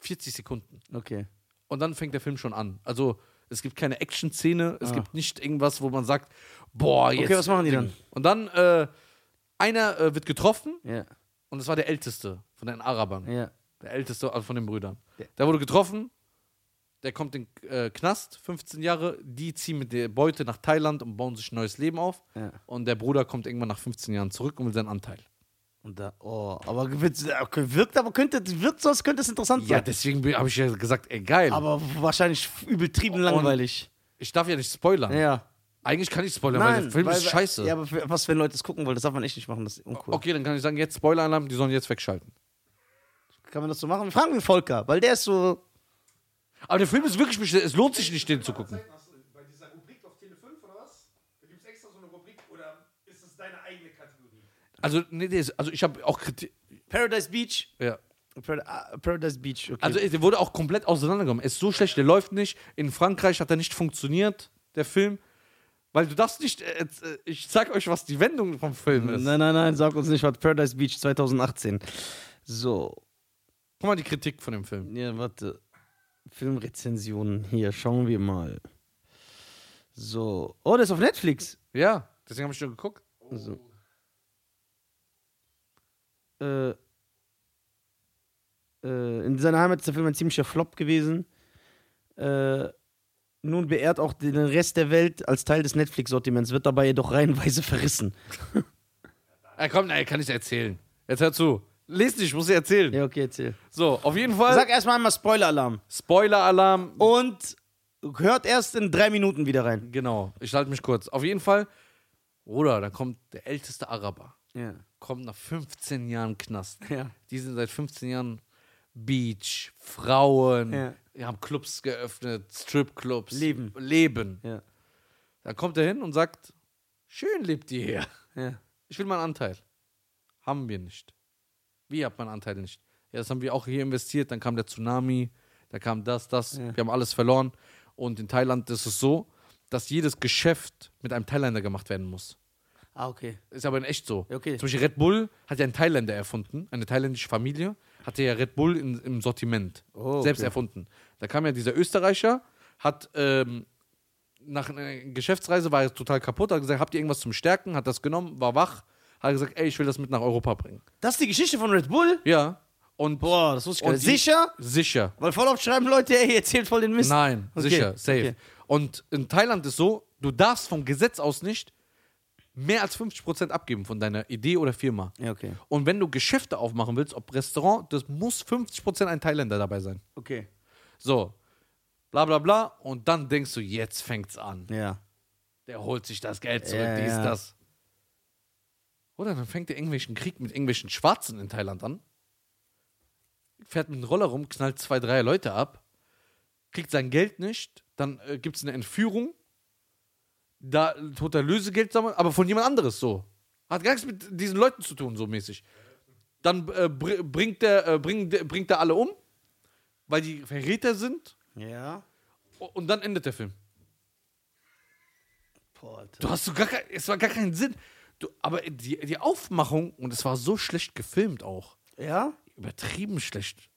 [SPEAKER 1] 40 Sekunden.
[SPEAKER 2] Okay.
[SPEAKER 1] und dann fängt der Film schon an. Also es gibt keine Action-Szene, es gibt nicht irgendwas, wo man sagt, boah, jetzt.
[SPEAKER 2] Ah. was machen die dann?
[SPEAKER 1] Und dann, äh, einer äh, wird getroffen
[SPEAKER 2] Ja.
[SPEAKER 1] und das war der Älteste von den Arabern.
[SPEAKER 2] Ja.
[SPEAKER 1] Der Älteste also von den Brüdern. Der wurde getroffen, der kommt in den äh, Knast, 15 Jahre, die ziehen mit der Beute nach Thailand und bauen sich ein neues Leben auf.
[SPEAKER 2] Ja.
[SPEAKER 1] Und der Bruder kommt irgendwann nach 15 Jahren zurück und will seinen Anteil.
[SPEAKER 2] Und da, oh, aber wird's- okay, wirkt, aber könnte, wirkt so, als könnte es interessant
[SPEAKER 1] Ja,
[SPEAKER 2] sein.
[SPEAKER 1] deswegen habe ich ja gesagt, ey, geil.
[SPEAKER 2] aber wahrscheinlich übertrieben langweilig.
[SPEAKER 1] ich darf ja nicht spoilern.
[SPEAKER 2] Ja.
[SPEAKER 1] Eigentlich kann ich spoilern, weil der Film
[SPEAKER 2] weil-
[SPEAKER 1] ist scheiße.
[SPEAKER 2] Ja, aber für- was, wenn Leute es gucken wollen, das darf man echt nicht machen, das ist uncool.
[SPEAKER 1] Okay, dann kann ich sagen, jetzt Spoiler-Alarm, die sollen jetzt wegschalten.
[SPEAKER 2] Kann man das so machen? Fragen wir Volker, weil der ist so.
[SPEAKER 1] Aber der Film ist wirklich, besch- es lohnt sich nicht, den zu gucken.
[SPEAKER 3] Zeit hast du bei dieser Rubrik auf Tele 5 oder was? Da gibt es extra so eine Rubrik oder ist es deine eigene Kategorie?
[SPEAKER 1] Also, nee, nee, also ich habe auch Kritik.
[SPEAKER 2] Paradise Beach.
[SPEAKER 1] Ja.
[SPEAKER 2] ah, Paradise Beach, okay.
[SPEAKER 1] Also, der wurde auch komplett auseinandergenommen. Er ist so schlecht, der läuft nicht. In Frankreich hat er nicht funktioniert, der Film. Weil du darfst nicht, äh, jetzt, äh, ich sag euch, was die Wendung vom Film ist.
[SPEAKER 2] nein, nein, nein, sag uns nicht, was Paradise Beach 2018. So,
[SPEAKER 1] Guck mal die Kritik von dem Film.
[SPEAKER 2] Ja, warte. Filmrezensionen hier, schauen wir mal. So. Oh, das ist auf Netflix.
[SPEAKER 1] Ja, deswegen habe ich schon geguckt.
[SPEAKER 2] So. Äh, äh, in seiner Heimat ist der Film ein ziemlicher Flop gewesen. Äh, nun beehrt auch den Rest der Welt als Teil des Netflix-Sortiments, wird dabei jedoch reihenweise [LAUGHS] verrissen.
[SPEAKER 1] Ah, komm, nein, kann ich erzählen. Jetzt hör zu. Lest nicht, ich muss dir erzählen.
[SPEAKER 2] Ja, okay, erzähl.
[SPEAKER 1] So, auf jeden Fall.
[SPEAKER 2] Sag erstmal einmal Spoiler-Alarm.
[SPEAKER 1] Spoiler-Alarm.
[SPEAKER 2] Und hört erst in drei Minuten wieder rein.
[SPEAKER 1] Genau, ich halte mich kurz. Auf jeden Fall, Bruder, da kommt der älteste Araber,
[SPEAKER 2] Ja.
[SPEAKER 1] kommt nach 15 Jahren Knast.
[SPEAKER 2] Ja.
[SPEAKER 1] Die sind seit 15 Jahren Beach, Frauen,
[SPEAKER 2] Ja.
[SPEAKER 1] die haben Clubs geöffnet, Stripclubs.
[SPEAKER 2] Leben.
[SPEAKER 1] Leben.
[SPEAKER 2] Ja.
[SPEAKER 1] Dann kommt er hin und sagt, schön lebt ihr hier.
[SPEAKER 2] Ja.
[SPEAKER 1] Ich will meinen Anteil. Haben wir nicht. Wir haben meinen Anteil nicht. Ja, das haben wir auch hier investiert. Dann kam der Tsunami, da kam das, das. Wir haben alles verloren. Und in Thailand ist es so, dass jedes Geschäft mit einem Thailänder gemacht werden muss.
[SPEAKER 2] Ah, okay.
[SPEAKER 1] Ist aber in echt so.
[SPEAKER 2] Okay.
[SPEAKER 1] Zum Beispiel Red Bull hat ja ein Thailänder erfunden, eine thailändische Familie hatte ja Red Bull in, im Sortiment
[SPEAKER 2] Oh, okay.
[SPEAKER 1] selbst erfunden. Da kam ja dieser Österreicher, hat ähm, nach einer Geschäftsreise war er total kaputt, hat gesagt, habt ihr irgendwas zum Stärken? Hat das genommen, war wach, hat gesagt, ey, ich will das mit nach Europa bringen.
[SPEAKER 2] Das ist die Geschichte von Red Bull?
[SPEAKER 1] Ja. Und
[SPEAKER 2] Boah, das wusste ich gar
[SPEAKER 1] Und
[SPEAKER 2] nicht.
[SPEAKER 1] die-
[SPEAKER 2] Sicher?
[SPEAKER 1] sicher.
[SPEAKER 2] Weil voll oft schreiben Leute, ey, ihr erzählt voll den Mist.
[SPEAKER 1] Nein,
[SPEAKER 2] Okay,
[SPEAKER 1] sicher, safe.
[SPEAKER 2] okay.
[SPEAKER 1] Und in Thailand ist so, du darfst vom Gesetz aus nicht mehr als 50% abgeben von deiner Idee oder Firma.
[SPEAKER 2] Ja, okay.
[SPEAKER 1] Und wenn du Geschäfte aufmachen willst, ob Restaurant, das muss 50% ein Thailänder dabei sein.
[SPEAKER 2] Okay.
[SPEAKER 1] So, bla bla bla. Und dann denkst du, jetzt fängt's an.
[SPEAKER 2] Ja.
[SPEAKER 1] Der holt sich das Geld zurück,
[SPEAKER 2] Ja,
[SPEAKER 1] dies,
[SPEAKER 2] ja.
[SPEAKER 1] das. Oder dann fängt der irgendwelchen Krieg mit irgendwelchen Schwarzen in Thailand an. Fährt mit einem Roller rum, knallt zwei, drei Leute ab, kriegt sein Geld nicht, dann äh, gibt es eine Entführung, da äh, tut er Lösegeld sammeln, aber von jemand anderes so. Hat gar nichts mit diesen Leuten zu tun, so mäßig. Dann äh, br bringt, der, äh, bringt, bringt er alle um, weil die Verräter sind,
[SPEAKER 2] Ja.
[SPEAKER 1] o- und dann endet der Film.
[SPEAKER 2] Boah, Alter.
[SPEAKER 1] Du hast so gar kein, es war gar keinen Sinn. Du, aber die, die Aufmachung, und es war so schlecht gefilmt auch.
[SPEAKER 2] Ja?
[SPEAKER 1] Übertrieben schlecht.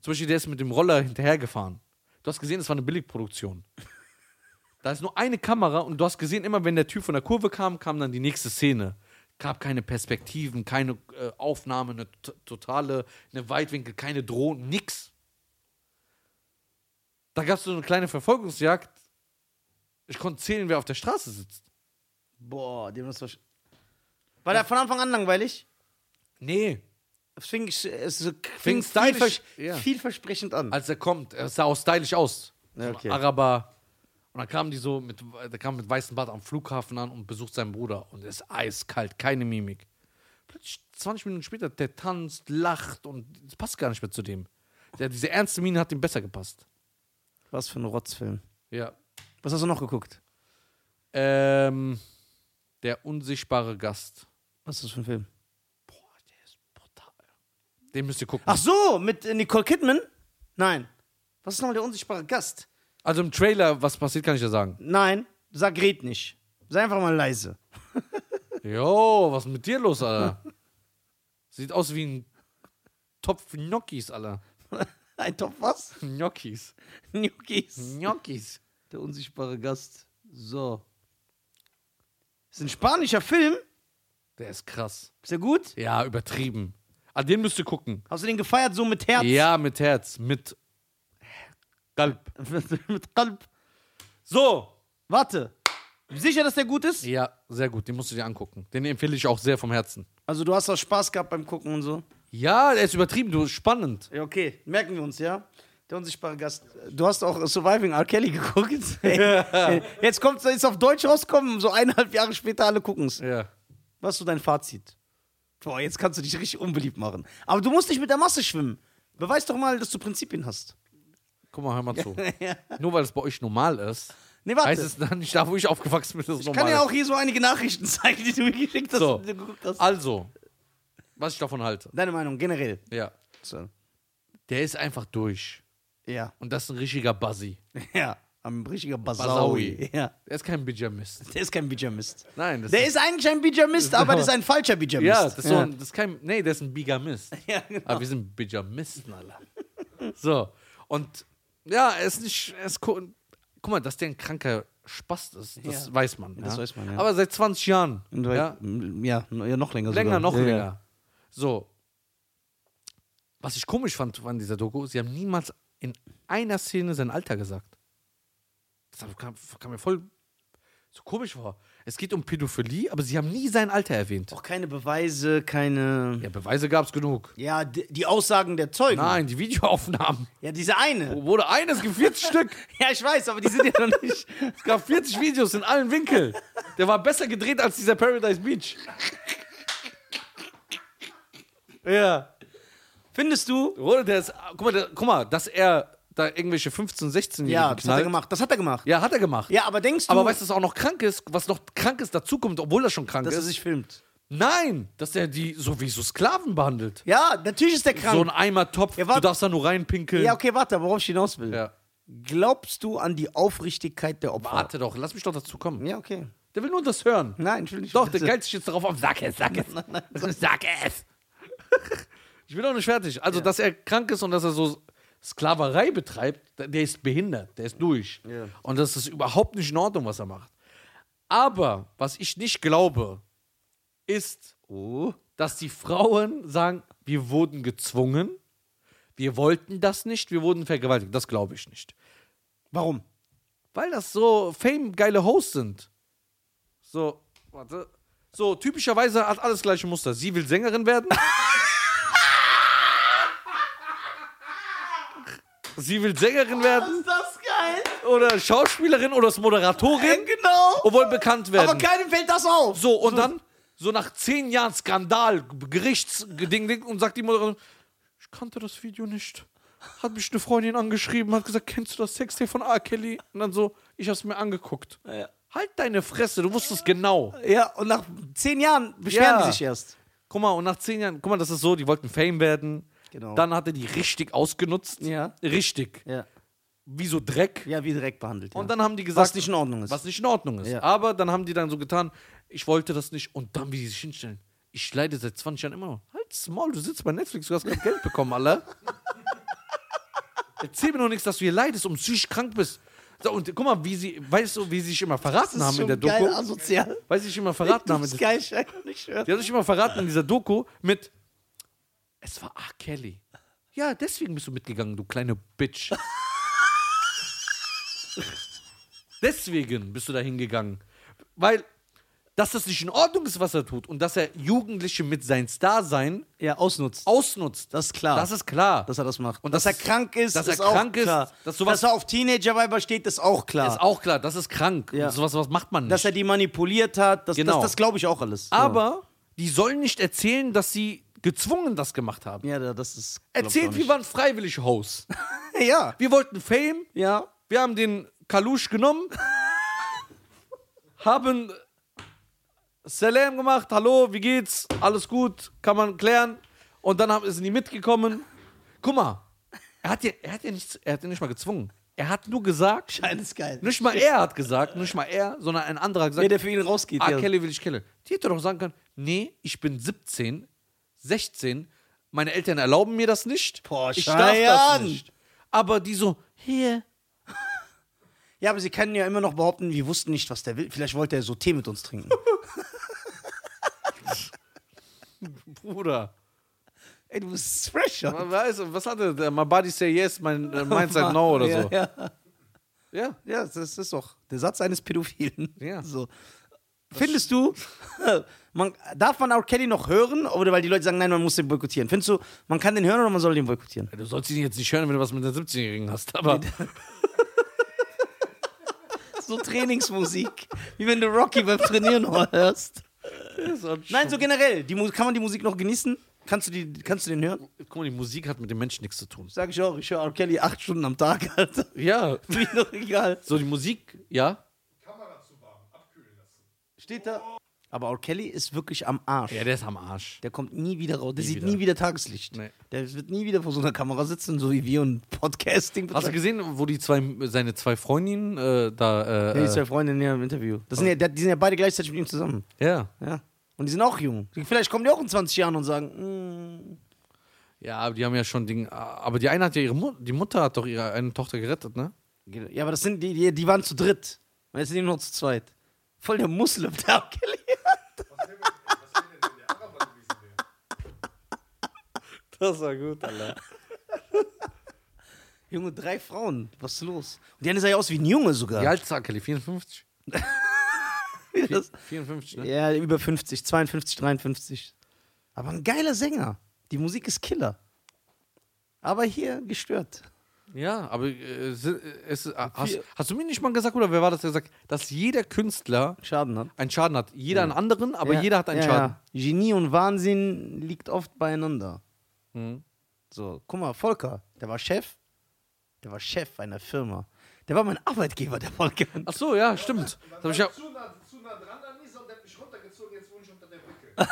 [SPEAKER 1] Zum Beispiel, der ist mit dem Roller hinterhergefahren. Du hast gesehen, es war eine Billigproduktion. Da ist nur eine Kamera und du hast gesehen, immer wenn der Typ von der Kurve kam, kam dann die nächste Szene. Gab keine Perspektiven, keine äh, Aufnahme, eine t- totale, eine Weitwinkel, keine Drohne, nix. Da gab es so eine kleine Verfolgungsjagd. Ich konnte zählen, wer auf der Straße sitzt.
[SPEAKER 2] Boah, dem ist was. War der von Anfang an langweilig?
[SPEAKER 1] Nee,
[SPEAKER 2] Es fing, es so-
[SPEAKER 1] Fing
[SPEAKER 2] fing
[SPEAKER 1] stylisch-
[SPEAKER 2] vielversch
[SPEAKER 1] ja.
[SPEAKER 2] vielversprechend an.
[SPEAKER 1] als er kommt, er sah auch stylisch aus.
[SPEAKER 2] Ja,
[SPEAKER 1] So ein
[SPEAKER 2] okay.
[SPEAKER 1] Araber. Und dann kamen die so mit, der kam mit weißem Bart am Flughafen an und besucht seinen Bruder und er ist eiskalt, keine Mimik. Plötzlich 20 Minuten später, der tanzt, lacht und es passt gar nicht mehr zu dem. Der, diese ernste Miene hat ihm besser gepasst.
[SPEAKER 2] Was für ein Rotzfilm.
[SPEAKER 1] Ja.
[SPEAKER 2] Was hast du noch geguckt?
[SPEAKER 1] Ähm, der unsichtbare Gast.
[SPEAKER 2] Was ist das für ein Film?
[SPEAKER 1] Boah, der ist brutal. Den müsst ihr gucken.
[SPEAKER 2] Ach so, mit äh, Nicole Kidman? Nein. Was ist nochmal der unsichtbare Gast?
[SPEAKER 1] Also im Trailer, was passiert, kann ich ja
[SPEAKER 2] [LAUGHS]
[SPEAKER 1] sagen.
[SPEAKER 2] Nein, sag red nicht. Sei einfach mal leise. [LAUGHS]
[SPEAKER 1] Jo, was ist mit dir los, Alter? Sieht aus wie ein Topf Gnocchis, Alter.
[SPEAKER 2] Ein Topf was?
[SPEAKER 1] Gnocchis.
[SPEAKER 2] Gnocchis.
[SPEAKER 1] Gnocchis.
[SPEAKER 2] Hm? Der unsichtbare Gast. So. Ist ein spanischer Film.
[SPEAKER 1] Der ist krass.
[SPEAKER 2] Ist der gut?
[SPEAKER 1] Ja, übertrieben. An den müsst ihr gucken.
[SPEAKER 2] Hast du den gefeiert so mit Herz?
[SPEAKER 1] Ja, mit Herz, mit Galb.
[SPEAKER 2] [LAUGHS] mit Kalb.
[SPEAKER 1] So.
[SPEAKER 2] Warte. Sicher, dass der gut ist?
[SPEAKER 1] Ja, sehr gut. Den musst du dir angucken. Den empfehle ich auch sehr vom Herzen.
[SPEAKER 2] Also du hast auch Spaß gehabt beim Gucken und so.
[SPEAKER 1] Ja, der ist übertrieben, du spannend.
[SPEAKER 2] Ja, okay. Merken wir uns, ja? Der unsichtbare Gast. Du hast auch Surviving R. Kelly [LAUGHS] geguckt. Jetzt kommt ist auf Deutsch rauskommen, so eineinhalb Jahre später alle gucken es.
[SPEAKER 1] Ja.
[SPEAKER 2] Was ist so dein Fazit? Boah, jetzt kannst du dich richtig unbeliebt machen. Aber du musst nicht mit der Masse schwimmen. Beweis doch mal, dass du Prinzipien hast.
[SPEAKER 1] Guck mal, hör mal [LAUGHS] zu.
[SPEAKER 2] [LAUGHS]
[SPEAKER 1] Nur weil es bei euch normal ist,
[SPEAKER 2] Nee, warte.
[SPEAKER 1] heißt es dann nicht da, wo ich aufgewachsen bin, dass es
[SPEAKER 2] ich
[SPEAKER 1] normal
[SPEAKER 2] kann
[SPEAKER 1] ist.
[SPEAKER 2] ja auch hier so einige Nachrichten [LAUGHS] zeigen, die du mir geschickt hast
[SPEAKER 1] So.
[SPEAKER 2] und du geguckt hast.
[SPEAKER 1] Also, was ich davon halte.
[SPEAKER 2] Deine Meinung generell.
[SPEAKER 1] Ja.
[SPEAKER 2] So.
[SPEAKER 1] Der ist einfach durch.
[SPEAKER 2] Ja. [LAUGHS]
[SPEAKER 1] Und das ist ein richtiger Buzzy.
[SPEAKER 2] Ja. Am richtiger Basawi.
[SPEAKER 1] Basawi.
[SPEAKER 2] Ja.
[SPEAKER 1] Der ist kein Bijamist.
[SPEAKER 2] Der ist kein Bijamist.
[SPEAKER 1] Nein, das
[SPEAKER 2] Der ist eigentlich ein
[SPEAKER 1] [LAUGHS]
[SPEAKER 2] Bijamist, aber das ist ein falscher Bijamist.
[SPEAKER 1] Ja, das ist, So ein, das ist kein. Nee, der ist ein Bigamist.
[SPEAKER 2] [LAUGHS] Ja, genau.
[SPEAKER 1] Aber wir sind Bijamisten, Alter. so. Und ja, er ist nicht. Er ist ko- Guck mal, dass der ein kranker Spast ist, das
[SPEAKER 2] Ja.
[SPEAKER 1] weiß man. Ja?
[SPEAKER 2] Das weiß man, ja.
[SPEAKER 1] Aber seit 20 Jahren.
[SPEAKER 2] Und weil-
[SPEAKER 1] Ja,
[SPEAKER 2] m- Ja, no- ja, noch länger
[SPEAKER 1] länger,
[SPEAKER 2] sogar.
[SPEAKER 1] noch
[SPEAKER 2] ja, ja.
[SPEAKER 1] länger. So. Was ich komisch fand an dieser Doku, sie haben niemals in einer Szene sein Alter gesagt. Das kam, kam mir voll so komisch vor. Es geht um Pädophilie, aber sie haben nie sein Alter erwähnt.
[SPEAKER 2] Auch keine Beweise, keine.
[SPEAKER 1] Ja, Beweise gab es genug.
[SPEAKER 2] Ja, d- die Aussagen der Zeugen.
[SPEAKER 1] Nein, die Videoaufnahmen.
[SPEAKER 2] Ja, diese eine.
[SPEAKER 1] Wurde eines, gibt
[SPEAKER 2] [LAUGHS]
[SPEAKER 1] 40 Stück.
[SPEAKER 2] Ja, ich weiß, aber die sind ja noch nicht.
[SPEAKER 1] Es gab 40 Videos in allen Winkeln. Der war besser gedreht als dieser Paradise Beach. [LAUGHS] Ja.
[SPEAKER 2] Findest du?
[SPEAKER 1] Wurde der ist, guck, mal, der, guck mal, dass er da irgendwelche 15, 16
[SPEAKER 2] Ja,
[SPEAKER 1] Jährigen
[SPEAKER 2] das hat er
[SPEAKER 1] knallt.
[SPEAKER 2] gemacht. Das hat er gemacht.
[SPEAKER 1] Ja, hat er gemacht.
[SPEAKER 2] Ja, aber denkst du,
[SPEAKER 1] Aber weißt du, was auch noch krank ist, was noch krankes dazukommt, obwohl er schon krank
[SPEAKER 2] dass er
[SPEAKER 1] ist?
[SPEAKER 2] sich filmt?
[SPEAKER 1] Nein, dass er die so wie so Sklaven behandelt.
[SPEAKER 2] Ja, natürlich ist der krank.
[SPEAKER 1] So ein Eimer Topf,
[SPEAKER 2] Ja,
[SPEAKER 1] du
[SPEAKER 2] warte.
[SPEAKER 1] darfst da nur reinpinkeln.
[SPEAKER 2] ja, okay, warte, worauf ich hinaus will.
[SPEAKER 1] Ja.
[SPEAKER 2] Glaubst du an die Aufrichtigkeit der Opfer?
[SPEAKER 1] Warte doch, lass mich doch dazu kommen.
[SPEAKER 2] Ja, okay.
[SPEAKER 1] Der will nur das hören.
[SPEAKER 2] Nein, ich will nicht.
[SPEAKER 1] Doch, der geilt sich jetzt darauf auf. Oh, Sag es, sag es. Sag
[SPEAKER 2] [LAUGHS]
[SPEAKER 1] es. Ich bin auch nicht fertig. Also, dass er krank ist und dass er so Sklaverei betreibt, der- der ist behindert, der ist durch.
[SPEAKER 2] Ja.
[SPEAKER 1] Und das ist überhaupt nicht in Ordnung, was er macht. Aber was ich nicht glaube, ist,
[SPEAKER 2] Oh.
[SPEAKER 1] dass die Frauen sagen, wir wurden gezwungen, wir wollten das nicht, wir wurden vergewaltigt. Das glaube ich nicht.
[SPEAKER 2] Warum?
[SPEAKER 1] Weil das so fame-geile Hosts sind. So, warte. So, typischerweise hat alles gleiche Muster. Sie will Sängerin werden. Sie will Sängerin werden
[SPEAKER 2] Ist das geil?
[SPEAKER 1] oder Schauspielerin oder ist Moderatorin
[SPEAKER 2] Äh, Genau.
[SPEAKER 1] und wollen bekannt werden.
[SPEAKER 2] Aber keinem fällt das auf.
[SPEAKER 1] So, und dann, so nach zehn Jahren Skandal, Gerichtsding, Ding, und sagt die Moderatorin, ich kannte das Video nicht. Hat mich eine Freundin angeschrieben, hat gesagt, kennst du das Sextape von R. Kelly? Und dann so, ich hab's mir angeguckt.
[SPEAKER 2] Ja.
[SPEAKER 1] Halt deine Fresse, du wusstest genau.
[SPEAKER 2] Ja, und nach zehn Jahren beschweren
[SPEAKER 1] Ja.
[SPEAKER 2] die sich erst.
[SPEAKER 1] Guck mal, und nach zehn Jahren, guck mal, das ist so, die wollten Fame werden.
[SPEAKER 2] Genau.
[SPEAKER 1] Dann hat er die richtig ausgenutzt.
[SPEAKER 2] Ja.
[SPEAKER 1] Richtig.
[SPEAKER 2] Ja.
[SPEAKER 1] Wie so Dreck.
[SPEAKER 2] Ja, wie direkt behandelt. Ja.
[SPEAKER 1] Und dann haben die gesagt,
[SPEAKER 2] was nicht in Ordnung ist.
[SPEAKER 1] was nicht in Ordnung ist.
[SPEAKER 2] Ja.
[SPEAKER 1] Aber dann haben die dann so getan, ich wollte das nicht und dann, wie die sich hinstellen. Ich leide seit 20 Jahren immer noch. Halt's Maul, du sitzt bei Netflix, du hast kein Geld bekommen, Alter.
[SPEAKER 2] [LAUGHS]
[SPEAKER 1] Erzähl mir doch nichts, dass du hier leidest und psychisch krank bist. So, und guck mal, wie sie, weißt du, wie sie sich immer verraten haben in der
[SPEAKER 2] geil also
[SPEAKER 1] Doku.
[SPEAKER 2] asozial.
[SPEAKER 1] Weil sie sich immer verraten haben. in
[SPEAKER 2] Das
[SPEAKER 1] der-
[SPEAKER 2] geil, scheinbar nicht hören.
[SPEAKER 1] Die haben sich immer verraten in dieser Doku mit, es war R. Kelly. Ja, deswegen bist du mitgegangen, du kleine Bitch. deswegen bist du da hingegangen. Weil, dass das nicht in Ordnung ist, was er tut und dass er Jugendliche mit seinem Dasein
[SPEAKER 2] Ja, ausnutzt.
[SPEAKER 1] ausnutzt.
[SPEAKER 2] Das ist klar.
[SPEAKER 1] Das ist klar.
[SPEAKER 2] dass er das macht.
[SPEAKER 1] Und
[SPEAKER 2] Und dass,
[SPEAKER 1] das-
[SPEAKER 2] er krank ist,
[SPEAKER 1] dass er
[SPEAKER 2] ist auch
[SPEAKER 1] krank ist,
[SPEAKER 2] klar.
[SPEAKER 1] dass sowas-
[SPEAKER 2] er auf Teenagerweiber steht, ist auch klar.
[SPEAKER 1] ist auch klar, das ist krank.
[SPEAKER 2] Ja.
[SPEAKER 1] Und sowas was macht man nicht.
[SPEAKER 2] dass er die manipuliert hat, das,
[SPEAKER 1] Genau.
[SPEAKER 2] das, das glaube ich auch alles.
[SPEAKER 1] Aber die sollen nicht erzählen, dass sie gezwungen das gemacht haben.
[SPEAKER 2] ja, da- das ist. glaub ich auch
[SPEAKER 1] Erzählt, wir
[SPEAKER 2] nicht.
[SPEAKER 1] waren freiwillig Host.
[SPEAKER 2] Ja,
[SPEAKER 1] Wir wollten Fame,
[SPEAKER 2] ja.
[SPEAKER 1] Wir haben den Kalusch genommen, [LAUGHS] haben Salam gemacht, hallo, wie geht's? Alles gut, kann man klären. Und dann haben, sind die mitgekommen. Guck mal, er hat ja, er hat ja nichts, er hat ja nicht mal gezwungen. Er hat nur gesagt,
[SPEAKER 2] Schein ist geil.
[SPEAKER 1] nicht mal er hat gesagt, nicht mal er, sondern ein anderer hat
[SPEAKER 2] Ja,
[SPEAKER 1] gesagt,
[SPEAKER 2] der für ihn rausgeht.
[SPEAKER 1] Ah,
[SPEAKER 2] Ja.
[SPEAKER 1] Kelly will ich killen. Die hätte doch sagen können, nee, ich bin 17, 16, meine Eltern erlauben mir das nicht.
[SPEAKER 2] Boah,
[SPEAKER 1] ich darf das
[SPEAKER 2] Scheiße.
[SPEAKER 1] nicht. Aber die so, hier,
[SPEAKER 2] ja, aber sie können ja immer noch behaupten, wir wussten nicht, was der will. Vielleicht wollte er so Tee mit uns trinken.
[SPEAKER 1] Bruder.
[SPEAKER 2] [LAUGHS] Ey, du bist fresher.
[SPEAKER 1] Man weiß, was hatte der? My body say yes, mein äh, mind
[SPEAKER 2] halt
[SPEAKER 1] say no oder [LAUGHS] so.
[SPEAKER 2] Ja, ja.
[SPEAKER 1] Ja.
[SPEAKER 2] Ja, das ist doch der Satz eines Pädophilen.
[SPEAKER 1] Ja.
[SPEAKER 2] So. Findest du, [LAUGHS] man, darf man R. Kelly noch hören? Oder weil die Leute sagen, nein, man muss den boykottieren. Findest du, man kann den hören oder man soll den boykottieren?
[SPEAKER 1] Du sollst ihn jetzt nicht hören, wenn du was mit einer 17-Jährigen hast, [LAUGHS] aber
[SPEAKER 2] So Trainingsmusik. [LAUGHS] wie wenn du Rocky beim Trainieren hörst. Nein, so generell. Die, Mu- kann man die Musik noch genießen? Kannst du, die, kannst du den hören?
[SPEAKER 1] guck mal, die Musik hat mit dem Menschen nichts zu tun.
[SPEAKER 2] Sag ich auch, ich höre R. Kelly acht Stunden am Tag, [LAUGHS] Alter.
[SPEAKER 1] Ja.
[SPEAKER 2] Mir doch egal.
[SPEAKER 1] So, die Musik, ja.
[SPEAKER 3] Kamera zu warm, abkühlen lassen.
[SPEAKER 2] Steht da. Aber R. Kelly ist wirklich am Arsch.
[SPEAKER 1] Ja, der ist am Arsch.
[SPEAKER 2] Der kommt nie wieder raus. Der sieht
[SPEAKER 1] wieder.
[SPEAKER 2] nie wieder Tageslicht.
[SPEAKER 1] Nee.
[SPEAKER 2] Der wird nie wieder vor so einer Kamera sitzen, so wie wir und [LAUGHS] Podcasting
[SPEAKER 1] Hast du
[SPEAKER 2] betreiben.
[SPEAKER 1] gesehen, wo die zwei, seine zwei Freundinnen äh, da,
[SPEAKER 2] Ja, die
[SPEAKER 1] äh, Oh.
[SPEAKER 2] zwei Freundinnen ja im Interview. Das sind ja, die sind ja beide gleichzeitig mit ihm zusammen.
[SPEAKER 1] äh, ja.
[SPEAKER 2] Ja. Und die sind auch jung. Die- Vielleicht kommen die auch in 20 Jahren und sagen, mm,
[SPEAKER 1] Ja, aber die haben ja schon Ding, aber die eine hat ja ihre Mutter, die Mutter hat doch ihre eine Tochter gerettet, ne?
[SPEAKER 2] geht- ja, aber das sind die, die, die waren zu dritt. Und jetzt sind die nur noch zu zweit. Voll der Muslim, der R. Kelly.
[SPEAKER 3] Was wäre wär denn, wenn der Araber gewesen wäre?
[SPEAKER 1] Das war gut, Alter.
[SPEAKER 2] [LAUGHS] Junge, drei Frauen. Was ist los? Und die eine sah ja aus wie ein Junge sogar.
[SPEAKER 1] Wie alt ist Akeli? 54?
[SPEAKER 2] Wie das-
[SPEAKER 1] 54, ne?
[SPEAKER 2] ja über 50, 52, 53. Aber ein geiler Sänger. Die Musik ist Killer. Aber hier gestört.
[SPEAKER 1] Ja, aber äh, es, es, äh, hast, hast du mir nicht mal gesagt, oder wer war das, der gesagt hat, dass jeder Künstler
[SPEAKER 2] Schaden ne? hat.
[SPEAKER 1] einen Schaden hat? Jeder einen anderen, aber
[SPEAKER 2] Ja,
[SPEAKER 1] jeder hat einen
[SPEAKER 2] ja,
[SPEAKER 1] Schaden.
[SPEAKER 2] Ja. Genie und Wahnsinn liegt oft beieinander.
[SPEAKER 1] Mhm.
[SPEAKER 2] So, guck mal, Volker, der war Chef. Der war Chef einer Firma. Der war mein Arbeitgeber, der Volker.
[SPEAKER 1] Ach so, ja, stimmt. Das
[SPEAKER 3] Man
[SPEAKER 1] hab ich
[SPEAKER 3] war
[SPEAKER 1] ja,
[SPEAKER 3] zu, nah, zu nah dran an Lisa und der hat mich runtergezogen, jetzt wohne ich unter der Brücke.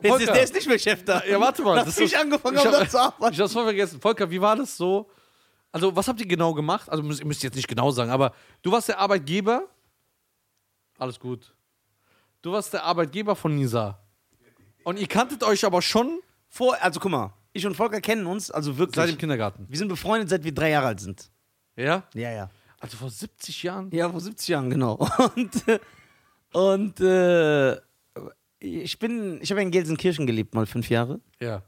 [SPEAKER 2] Jetzt
[SPEAKER 1] Volker.
[SPEAKER 2] ist, der ist nicht mehr Chef da.
[SPEAKER 1] ja, warte mal.
[SPEAKER 2] Nachdem ich angefangen
[SPEAKER 1] ich
[SPEAKER 2] habe,
[SPEAKER 1] hab-
[SPEAKER 2] da zu arbeiten.
[SPEAKER 1] Ich hab's voll vergessen. Volker, wie war das so? Also, was habt ihr genau gemacht? Also, müsst, ihr müsst jetzt nicht genau sagen, aber du warst der Arbeitgeber. Alles gut. Du warst der Arbeitgeber von Nisa. Und ihr kanntet euch aber schon
[SPEAKER 2] Vor, also guck mal, ich und Volker kennen uns, also
[SPEAKER 1] seit dem
[SPEAKER 2] wirklich.
[SPEAKER 1] Kindergarten.
[SPEAKER 2] Wir sind befreundet, seit wir drei Jahre alt sind.
[SPEAKER 1] Ja?
[SPEAKER 2] Ja, ja.
[SPEAKER 1] Also vor 70 Jahren?
[SPEAKER 2] Ja, vor 70 Jahren, genau. [LAUGHS] Und, äh, und äh, ich bin, ich habe in Gelsenkirchen gelebt, mal fünf Jahre.
[SPEAKER 1] Ja.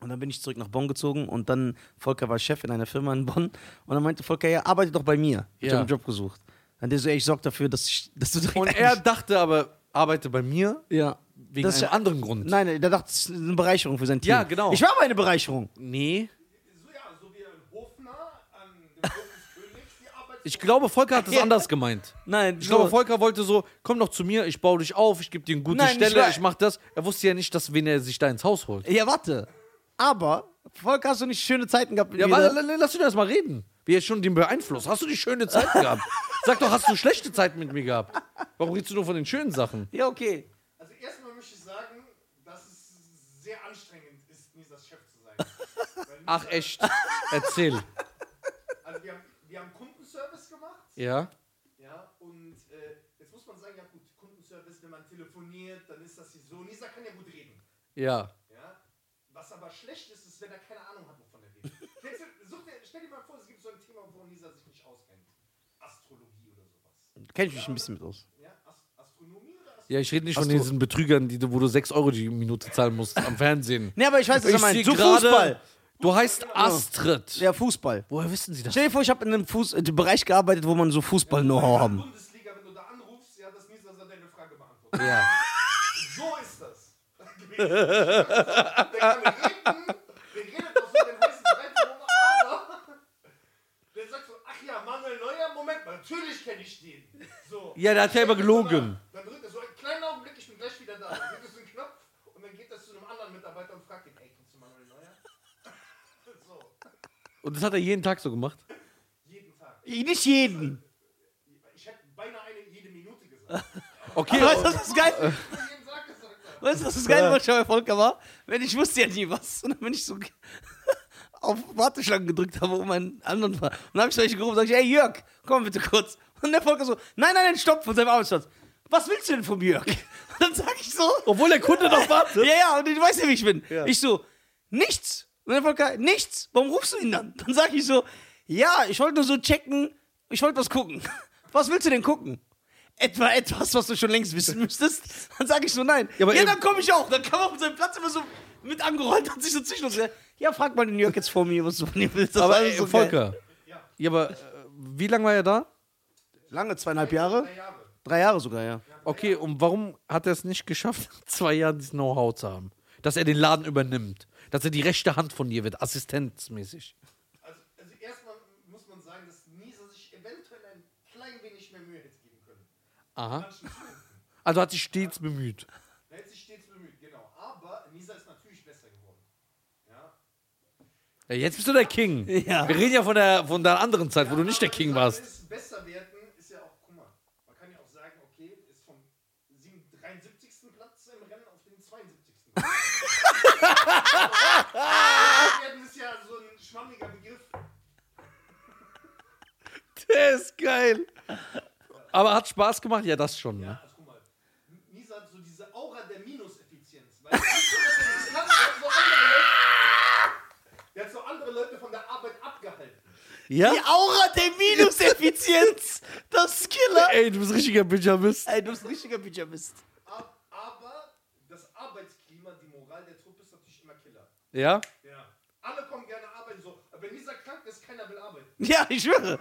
[SPEAKER 2] Und dann bin ich zurück nach Bonn gezogen und dann, Volker war Chef in einer Firma in Bonn. Und dann meinte Volker, ja, arbeite doch bei mir. Ich
[SPEAKER 1] Ja.
[SPEAKER 2] habe einen Job gesucht. Dann Dann der so, ey, ich sorge dafür, dass, ich, dass du direkt
[SPEAKER 1] Und er dachte aber, arbeite bei mir
[SPEAKER 2] ja.
[SPEAKER 1] wegen
[SPEAKER 2] Das ist
[SPEAKER 1] einem
[SPEAKER 2] ja-
[SPEAKER 1] anderen Grund.
[SPEAKER 2] Nein, nein, der dachte, das ist eine Bereicherung für sein Team.
[SPEAKER 1] Ja, genau.
[SPEAKER 2] Ich war aber eine Bereicherung.
[SPEAKER 1] Nee.
[SPEAKER 3] So, ja, so wie ein Hofner an dem Hof des Königs, die Arbeit.
[SPEAKER 1] Ich glaube, Volker hat es
[SPEAKER 2] Ja.
[SPEAKER 1] anders gemeint.
[SPEAKER 2] Nein,
[SPEAKER 1] Ich glaube, Volker wollte so, komm doch zu mir, ich baue dich auf, ich gebe dir eine gute
[SPEAKER 2] Nein, ich
[SPEAKER 1] Stelle,
[SPEAKER 2] war-
[SPEAKER 1] ich, mach das. Er wusste ja nicht, dass wen er sich da ins Haus holt.
[SPEAKER 2] Ja, warte. Aber, Volker, hast du nicht schöne Zeiten gehabt mit
[SPEAKER 1] Ja,
[SPEAKER 2] mir? ne?
[SPEAKER 1] warte, la- la- lass ihn erst mal reden. Wie er schon den beeinflusst. Hast du die schöne Zeit [LAUGHS] gehabt? Sag doch, hast du schlechte Zeit mit mir gehabt? Warum redest du nur von den schönen Sachen?
[SPEAKER 2] Ja, okay.
[SPEAKER 3] Also erstmal möchte ich sagen, dass es sehr anstrengend ist, Nisas Chef zu sein. Weil Nisa-
[SPEAKER 1] Ach echt, erzähl.
[SPEAKER 3] Also wir haben, wir haben Kundenservice gemacht,
[SPEAKER 1] Ja,
[SPEAKER 3] ja, und äh, jetzt muss man sagen, ja gut, Kundenservice, wenn man telefoniert, dann ist das hier so. Nisa kann ja gut reden,
[SPEAKER 1] ja.
[SPEAKER 3] ja. Was aber schlecht ist, ist, wenn er keine Ahnung hat, wovon er redet. Kennst du- Such dir, stell dir mal vor, es gibt so ein Thema, wo Nisa sich nicht auskennt. Astrologie oder sowas.
[SPEAKER 2] Kenn ich mich ein bisschen mit aus.
[SPEAKER 3] Ja, Ast Astronomie oder Astrologie?
[SPEAKER 1] Ja, ich rede nicht von
[SPEAKER 2] Hast du-
[SPEAKER 1] diesen Betrügern, die, du- wo du 6 Euro die Minute zahlen musst am [LAUGHS] Fernsehen.
[SPEAKER 2] Nee, aber ich weiß, was er
[SPEAKER 1] Ich
[SPEAKER 2] meint.
[SPEAKER 1] seh
[SPEAKER 2] So
[SPEAKER 1] gerade-
[SPEAKER 2] Fußball.
[SPEAKER 1] Du heißt Astrid.
[SPEAKER 2] Ja, Fußball.
[SPEAKER 1] Woher wissen sie das?
[SPEAKER 2] Stell dir vor, ich habe in einem Fuß äh, Bereich gearbeitet, wo man so Fußball-Know-how haben.
[SPEAKER 3] Bundesliga, wenn du da anrufst, ja, dass Nisa so deine Frage beantwortet.
[SPEAKER 1] Ja.
[SPEAKER 3] So ist das. Der kann reden, der redet auf so den heißen Brett rum, aber der sagt so, ach ja, Manuel Neuer, Moment mal, natürlich kenne ich den. So.
[SPEAKER 1] Ja, der hat ja immer gelogen.
[SPEAKER 3] Dann drückt er so einen kleinen Augenblick, ich bin gleich wieder da. Dann drückt er so einen Knopf und dann geht er zu einem anderen Mitarbeiter und fragt ihn, ey, kennst du Manuel Neuer? So,
[SPEAKER 1] Und das hat er jeden Tag so gemacht.
[SPEAKER 3] jeden Tag.
[SPEAKER 2] Nicht jeden. [LAUGHS]
[SPEAKER 3] Ich hätte beinahe eine, jede Minute gesagt.
[SPEAKER 1] Okay,
[SPEAKER 2] Weißt du, was das geil
[SPEAKER 3] Jeden Tag gesagt.
[SPEAKER 2] Weißt du, was das geil war, bei Volker war? Wenn ich wusste ja nie was. Und dann bin ich so [LAUGHS] auf Warteschlangen gedrückt habe, um einen anderen war. Und dann habe ich solche gerufen und sage ich, ey Jörg, komm bitte kurz. Und der Volker so, nein, nein, nein, stopp von seinem Arbeitsplatz. Was willst du denn vom Jörg? [LAUGHS] Und dann sag ich so,
[SPEAKER 1] obwohl der Kunde noch wartet.
[SPEAKER 2] [LAUGHS] ja, ja, und du weißt ja, wie ich bin.
[SPEAKER 1] Ja.
[SPEAKER 2] Ich so, nichts. Und dann Volker, nichts. Warum rufst du ihn dann? Dann sag ich so, ja, ich wollte nur so checken, ich wollte was gucken. [LAUGHS] Was willst du denn gucken? Etwa etwas, was du schon längst wissen müsstest? Dann sag ich so, nein. Ja,
[SPEAKER 1] Ja, aber eben-
[SPEAKER 2] dann komme ich auch. Dann kam er auf seinen Platz immer so mit angerollt und sich so zwischen uns. Ja, frag mal den Jörg jetzt vor mir, was du von ihm willst. Das war
[SPEAKER 1] Aber
[SPEAKER 2] alles
[SPEAKER 1] ey,
[SPEAKER 2] so geil.
[SPEAKER 1] Volker. Ja, aber äh, wie lange war er da?
[SPEAKER 2] Lange, zweieinhalb Jahre?
[SPEAKER 3] Drei Jahre.
[SPEAKER 2] Drei Jahre sogar, ja.
[SPEAKER 1] Okay, und warum hat er es nicht geschafft, [LAUGHS] nach zwei Jahren dieses Know-how zu haben? Dass er den Laden übernimmt. Dass er die rechte Hand von dir wird, assistenzmäßig.
[SPEAKER 3] Also, also erstmal muss man sagen, dass Nisa sich eventuell ein klein wenig mehr Mühe hätte geben können.
[SPEAKER 1] Aha.
[SPEAKER 3] Manchen Punkten.
[SPEAKER 1] Also hat sich stets bemüht.
[SPEAKER 3] Er hätte sich stets bemüht, genau. Aber Nisa ist natürlich besser geworden. Ja.
[SPEAKER 1] Ja, jetzt bist du der King.
[SPEAKER 2] [LAUGHS] Ja.
[SPEAKER 1] Wir reden ja von der, von der anderen Zeit, wo du nicht der
[SPEAKER 3] Aber
[SPEAKER 1] King
[SPEAKER 3] die
[SPEAKER 2] [LAUGHS]
[SPEAKER 3] Sache
[SPEAKER 1] warst.
[SPEAKER 3] Ist besser werden ist ja auch, guck mal, man kann ja auch sagen, okay, ist vom 7 73. Platz im Rennen auf den 72.
[SPEAKER 1] [LAUGHS]
[SPEAKER 3] Platz. Besser werden ist ja so ein schwammiger Begriff.
[SPEAKER 1] Der ist geil. Aber hat Spaß gemacht? Ja, das schon.
[SPEAKER 3] Ja,
[SPEAKER 1] Ne?
[SPEAKER 3] also guck mal. Nisa hat so diese Aura der Minuseffizienz. Weil nicht so, dass er das kann, der hat so andere Leute- der hat so andere Leute von der Arbeit abgehalten.
[SPEAKER 2] Die Aura der Minuseffizienz. das ist Killer.
[SPEAKER 1] Ey, du bist richtiger Benjamist.
[SPEAKER 2] Ey, du bist ein richtiger Pyjamist.
[SPEAKER 3] Ab- Aber das Arbeitsklima, die Moral der Truppe ist natürlich immer Killer.
[SPEAKER 1] Ja?
[SPEAKER 3] Ja. Alle kommen gerne arbeiten so. Aber wenn Nisa krank ist, keiner will arbeiten.
[SPEAKER 2] Ja, ich schwöre.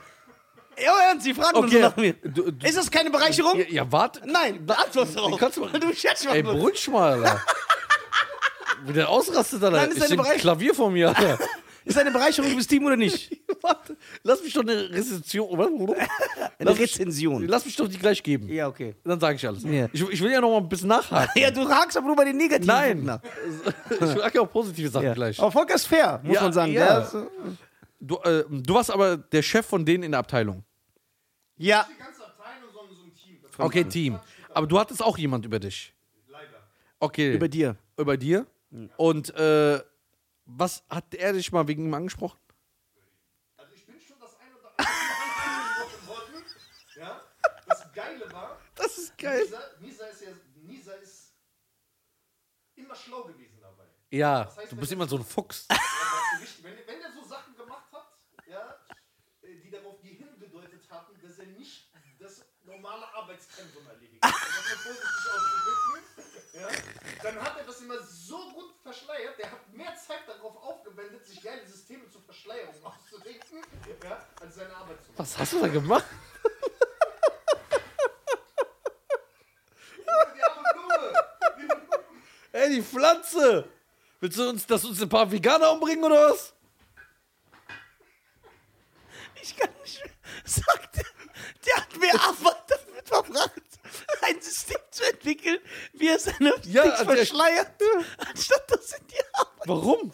[SPEAKER 2] Ja, aber ernst, die fragen uns
[SPEAKER 1] Okay.
[SPEAKER 2] nach mir.
[SPEAKER 1] Du- du-
[SPEAKER 2] ist das keine Bereicherung?
[SPEAKER 1] Ja, ja warte.
[SPEAKER 2] Nein, beantworte doch.
[SPEAKER 1] kannst du mal-
[SPEAKER 2] du schätzt mal.
[SPEAKER 1] Ey, beruhig mal, Alter. Wie der ausrastet, Alter.
[SPEAKER 2] Dann ist
[SPEAKER 1] ich
[SPEAKER 2] deine
[SPEAKER 1] seh ein
[SPEAKER 2] Bereich-
[SPEAKER 1] Klavier vor mir, Alter.
[SPEAKER 2] Ist eine Bereicherung fürs Team oder nicht?
[SPEAKER 1] [LAUGHS] Warte, lass mich doch eine Rezension.
[SPEAKER 2] Eine
[SPEAKER 1] Lass mich,
[SPEAKER 2] Rezension.
[SPEAKER 1] lass mich doch die gleich geben.
[SPEAKER 2] Ja, okay.
[SPEAKER 1] Dann sage ich alles.
[SPEAKER 2] Ja.
[SPEAKER 1] Ich, ich will ja noch mal ein bisschen [LAUGHS] nachhaken.
[SPEAKER 2] Ja, du hakst aber nur bei den negativen
[SPEAKER 1] Nein.
[SPEAKER 2] Punkten nach.
[SPEAKER 1] Ich sage ja auch positive Sachen
[SPEAKER 2] Ja.
[SPEAKER 1] gleich.
[SPEAKER 2] Aber Volker ist fair, muss
[SPEAKER 1] Ja,
[SPEAKER 2] man sagen.
[SPEAKER 1] ja.
[SPEAKER 2] Der ist, äh,
[SPEAKER 1] Du, äh, du warst aber der Chef von denen in der Abteilung.
[SPEAKER 2] ja.
[SPEAKER 3] Die ganze Abteilung, so ein, so ein Team. Das
[SPEAKER 1] Okay, Team. Aber du hattest auch jemand über dich.
[SPEAKER 3] Leider.
[SPEAKER 1] Okay.
[SPEAKER 2] über dir.
[SPEAKER 1] über dir. Und äh, was hat er dich mal wegen ihm angesprochen?
[SPEAKER 3] Also ich bin schon das ein oder andere Mal angesprochen worden. Ja. Das Geile war,
[SPEAKER 1] Das ist
[SPEAKER 3] Nisa, Nisa ist ja, Nisa ist immer schlau gewesen dabei.
[SPEAKER 1] Ja,
[SPEAKER 3] heißt,
[SPEAKER 1] du
[SPEAKER 3] wenn
[SPEAKER 1] bist
[SPEAKER 3] du-
[SPEAKER 1] immer so ein Fuchs.
[SPEAKER 3] Ja, das ist wichtig. Wenn, wenn er so Sachen gemacht hat, ja, äh, die darauf die hingedeutet hatten, dass er nicht das normale Arbeitspensum erledigt hat, um das mal vorsichtig auszudrücken, ja, dann hat er das immer so gut verschleiert, der hat mehr Zeit darauf aufgewendet, sich geile Systeme zur Verschleierung auszudenken, ja, als seine Arbeit zu machen.
[SPEAKER 1] Was hast du da gemacht? die Pflanze! Willst du uns, dass uns ein paar Veganer umbringen oder was?
[SPEAKER 2] Ich kann nicht mehr. Sagt er, der hat mehr Arbeit damit verbracht, ein System zu entwickeln, wie er seine
[SPEAKER 1] Ja,
[SPEAKER 2] Dings
[SPEAKER 1] also er-
[SPEAKER 2] verschleiert, anstatt dass er die Arbeit.
[SPEAKER 1] Warum?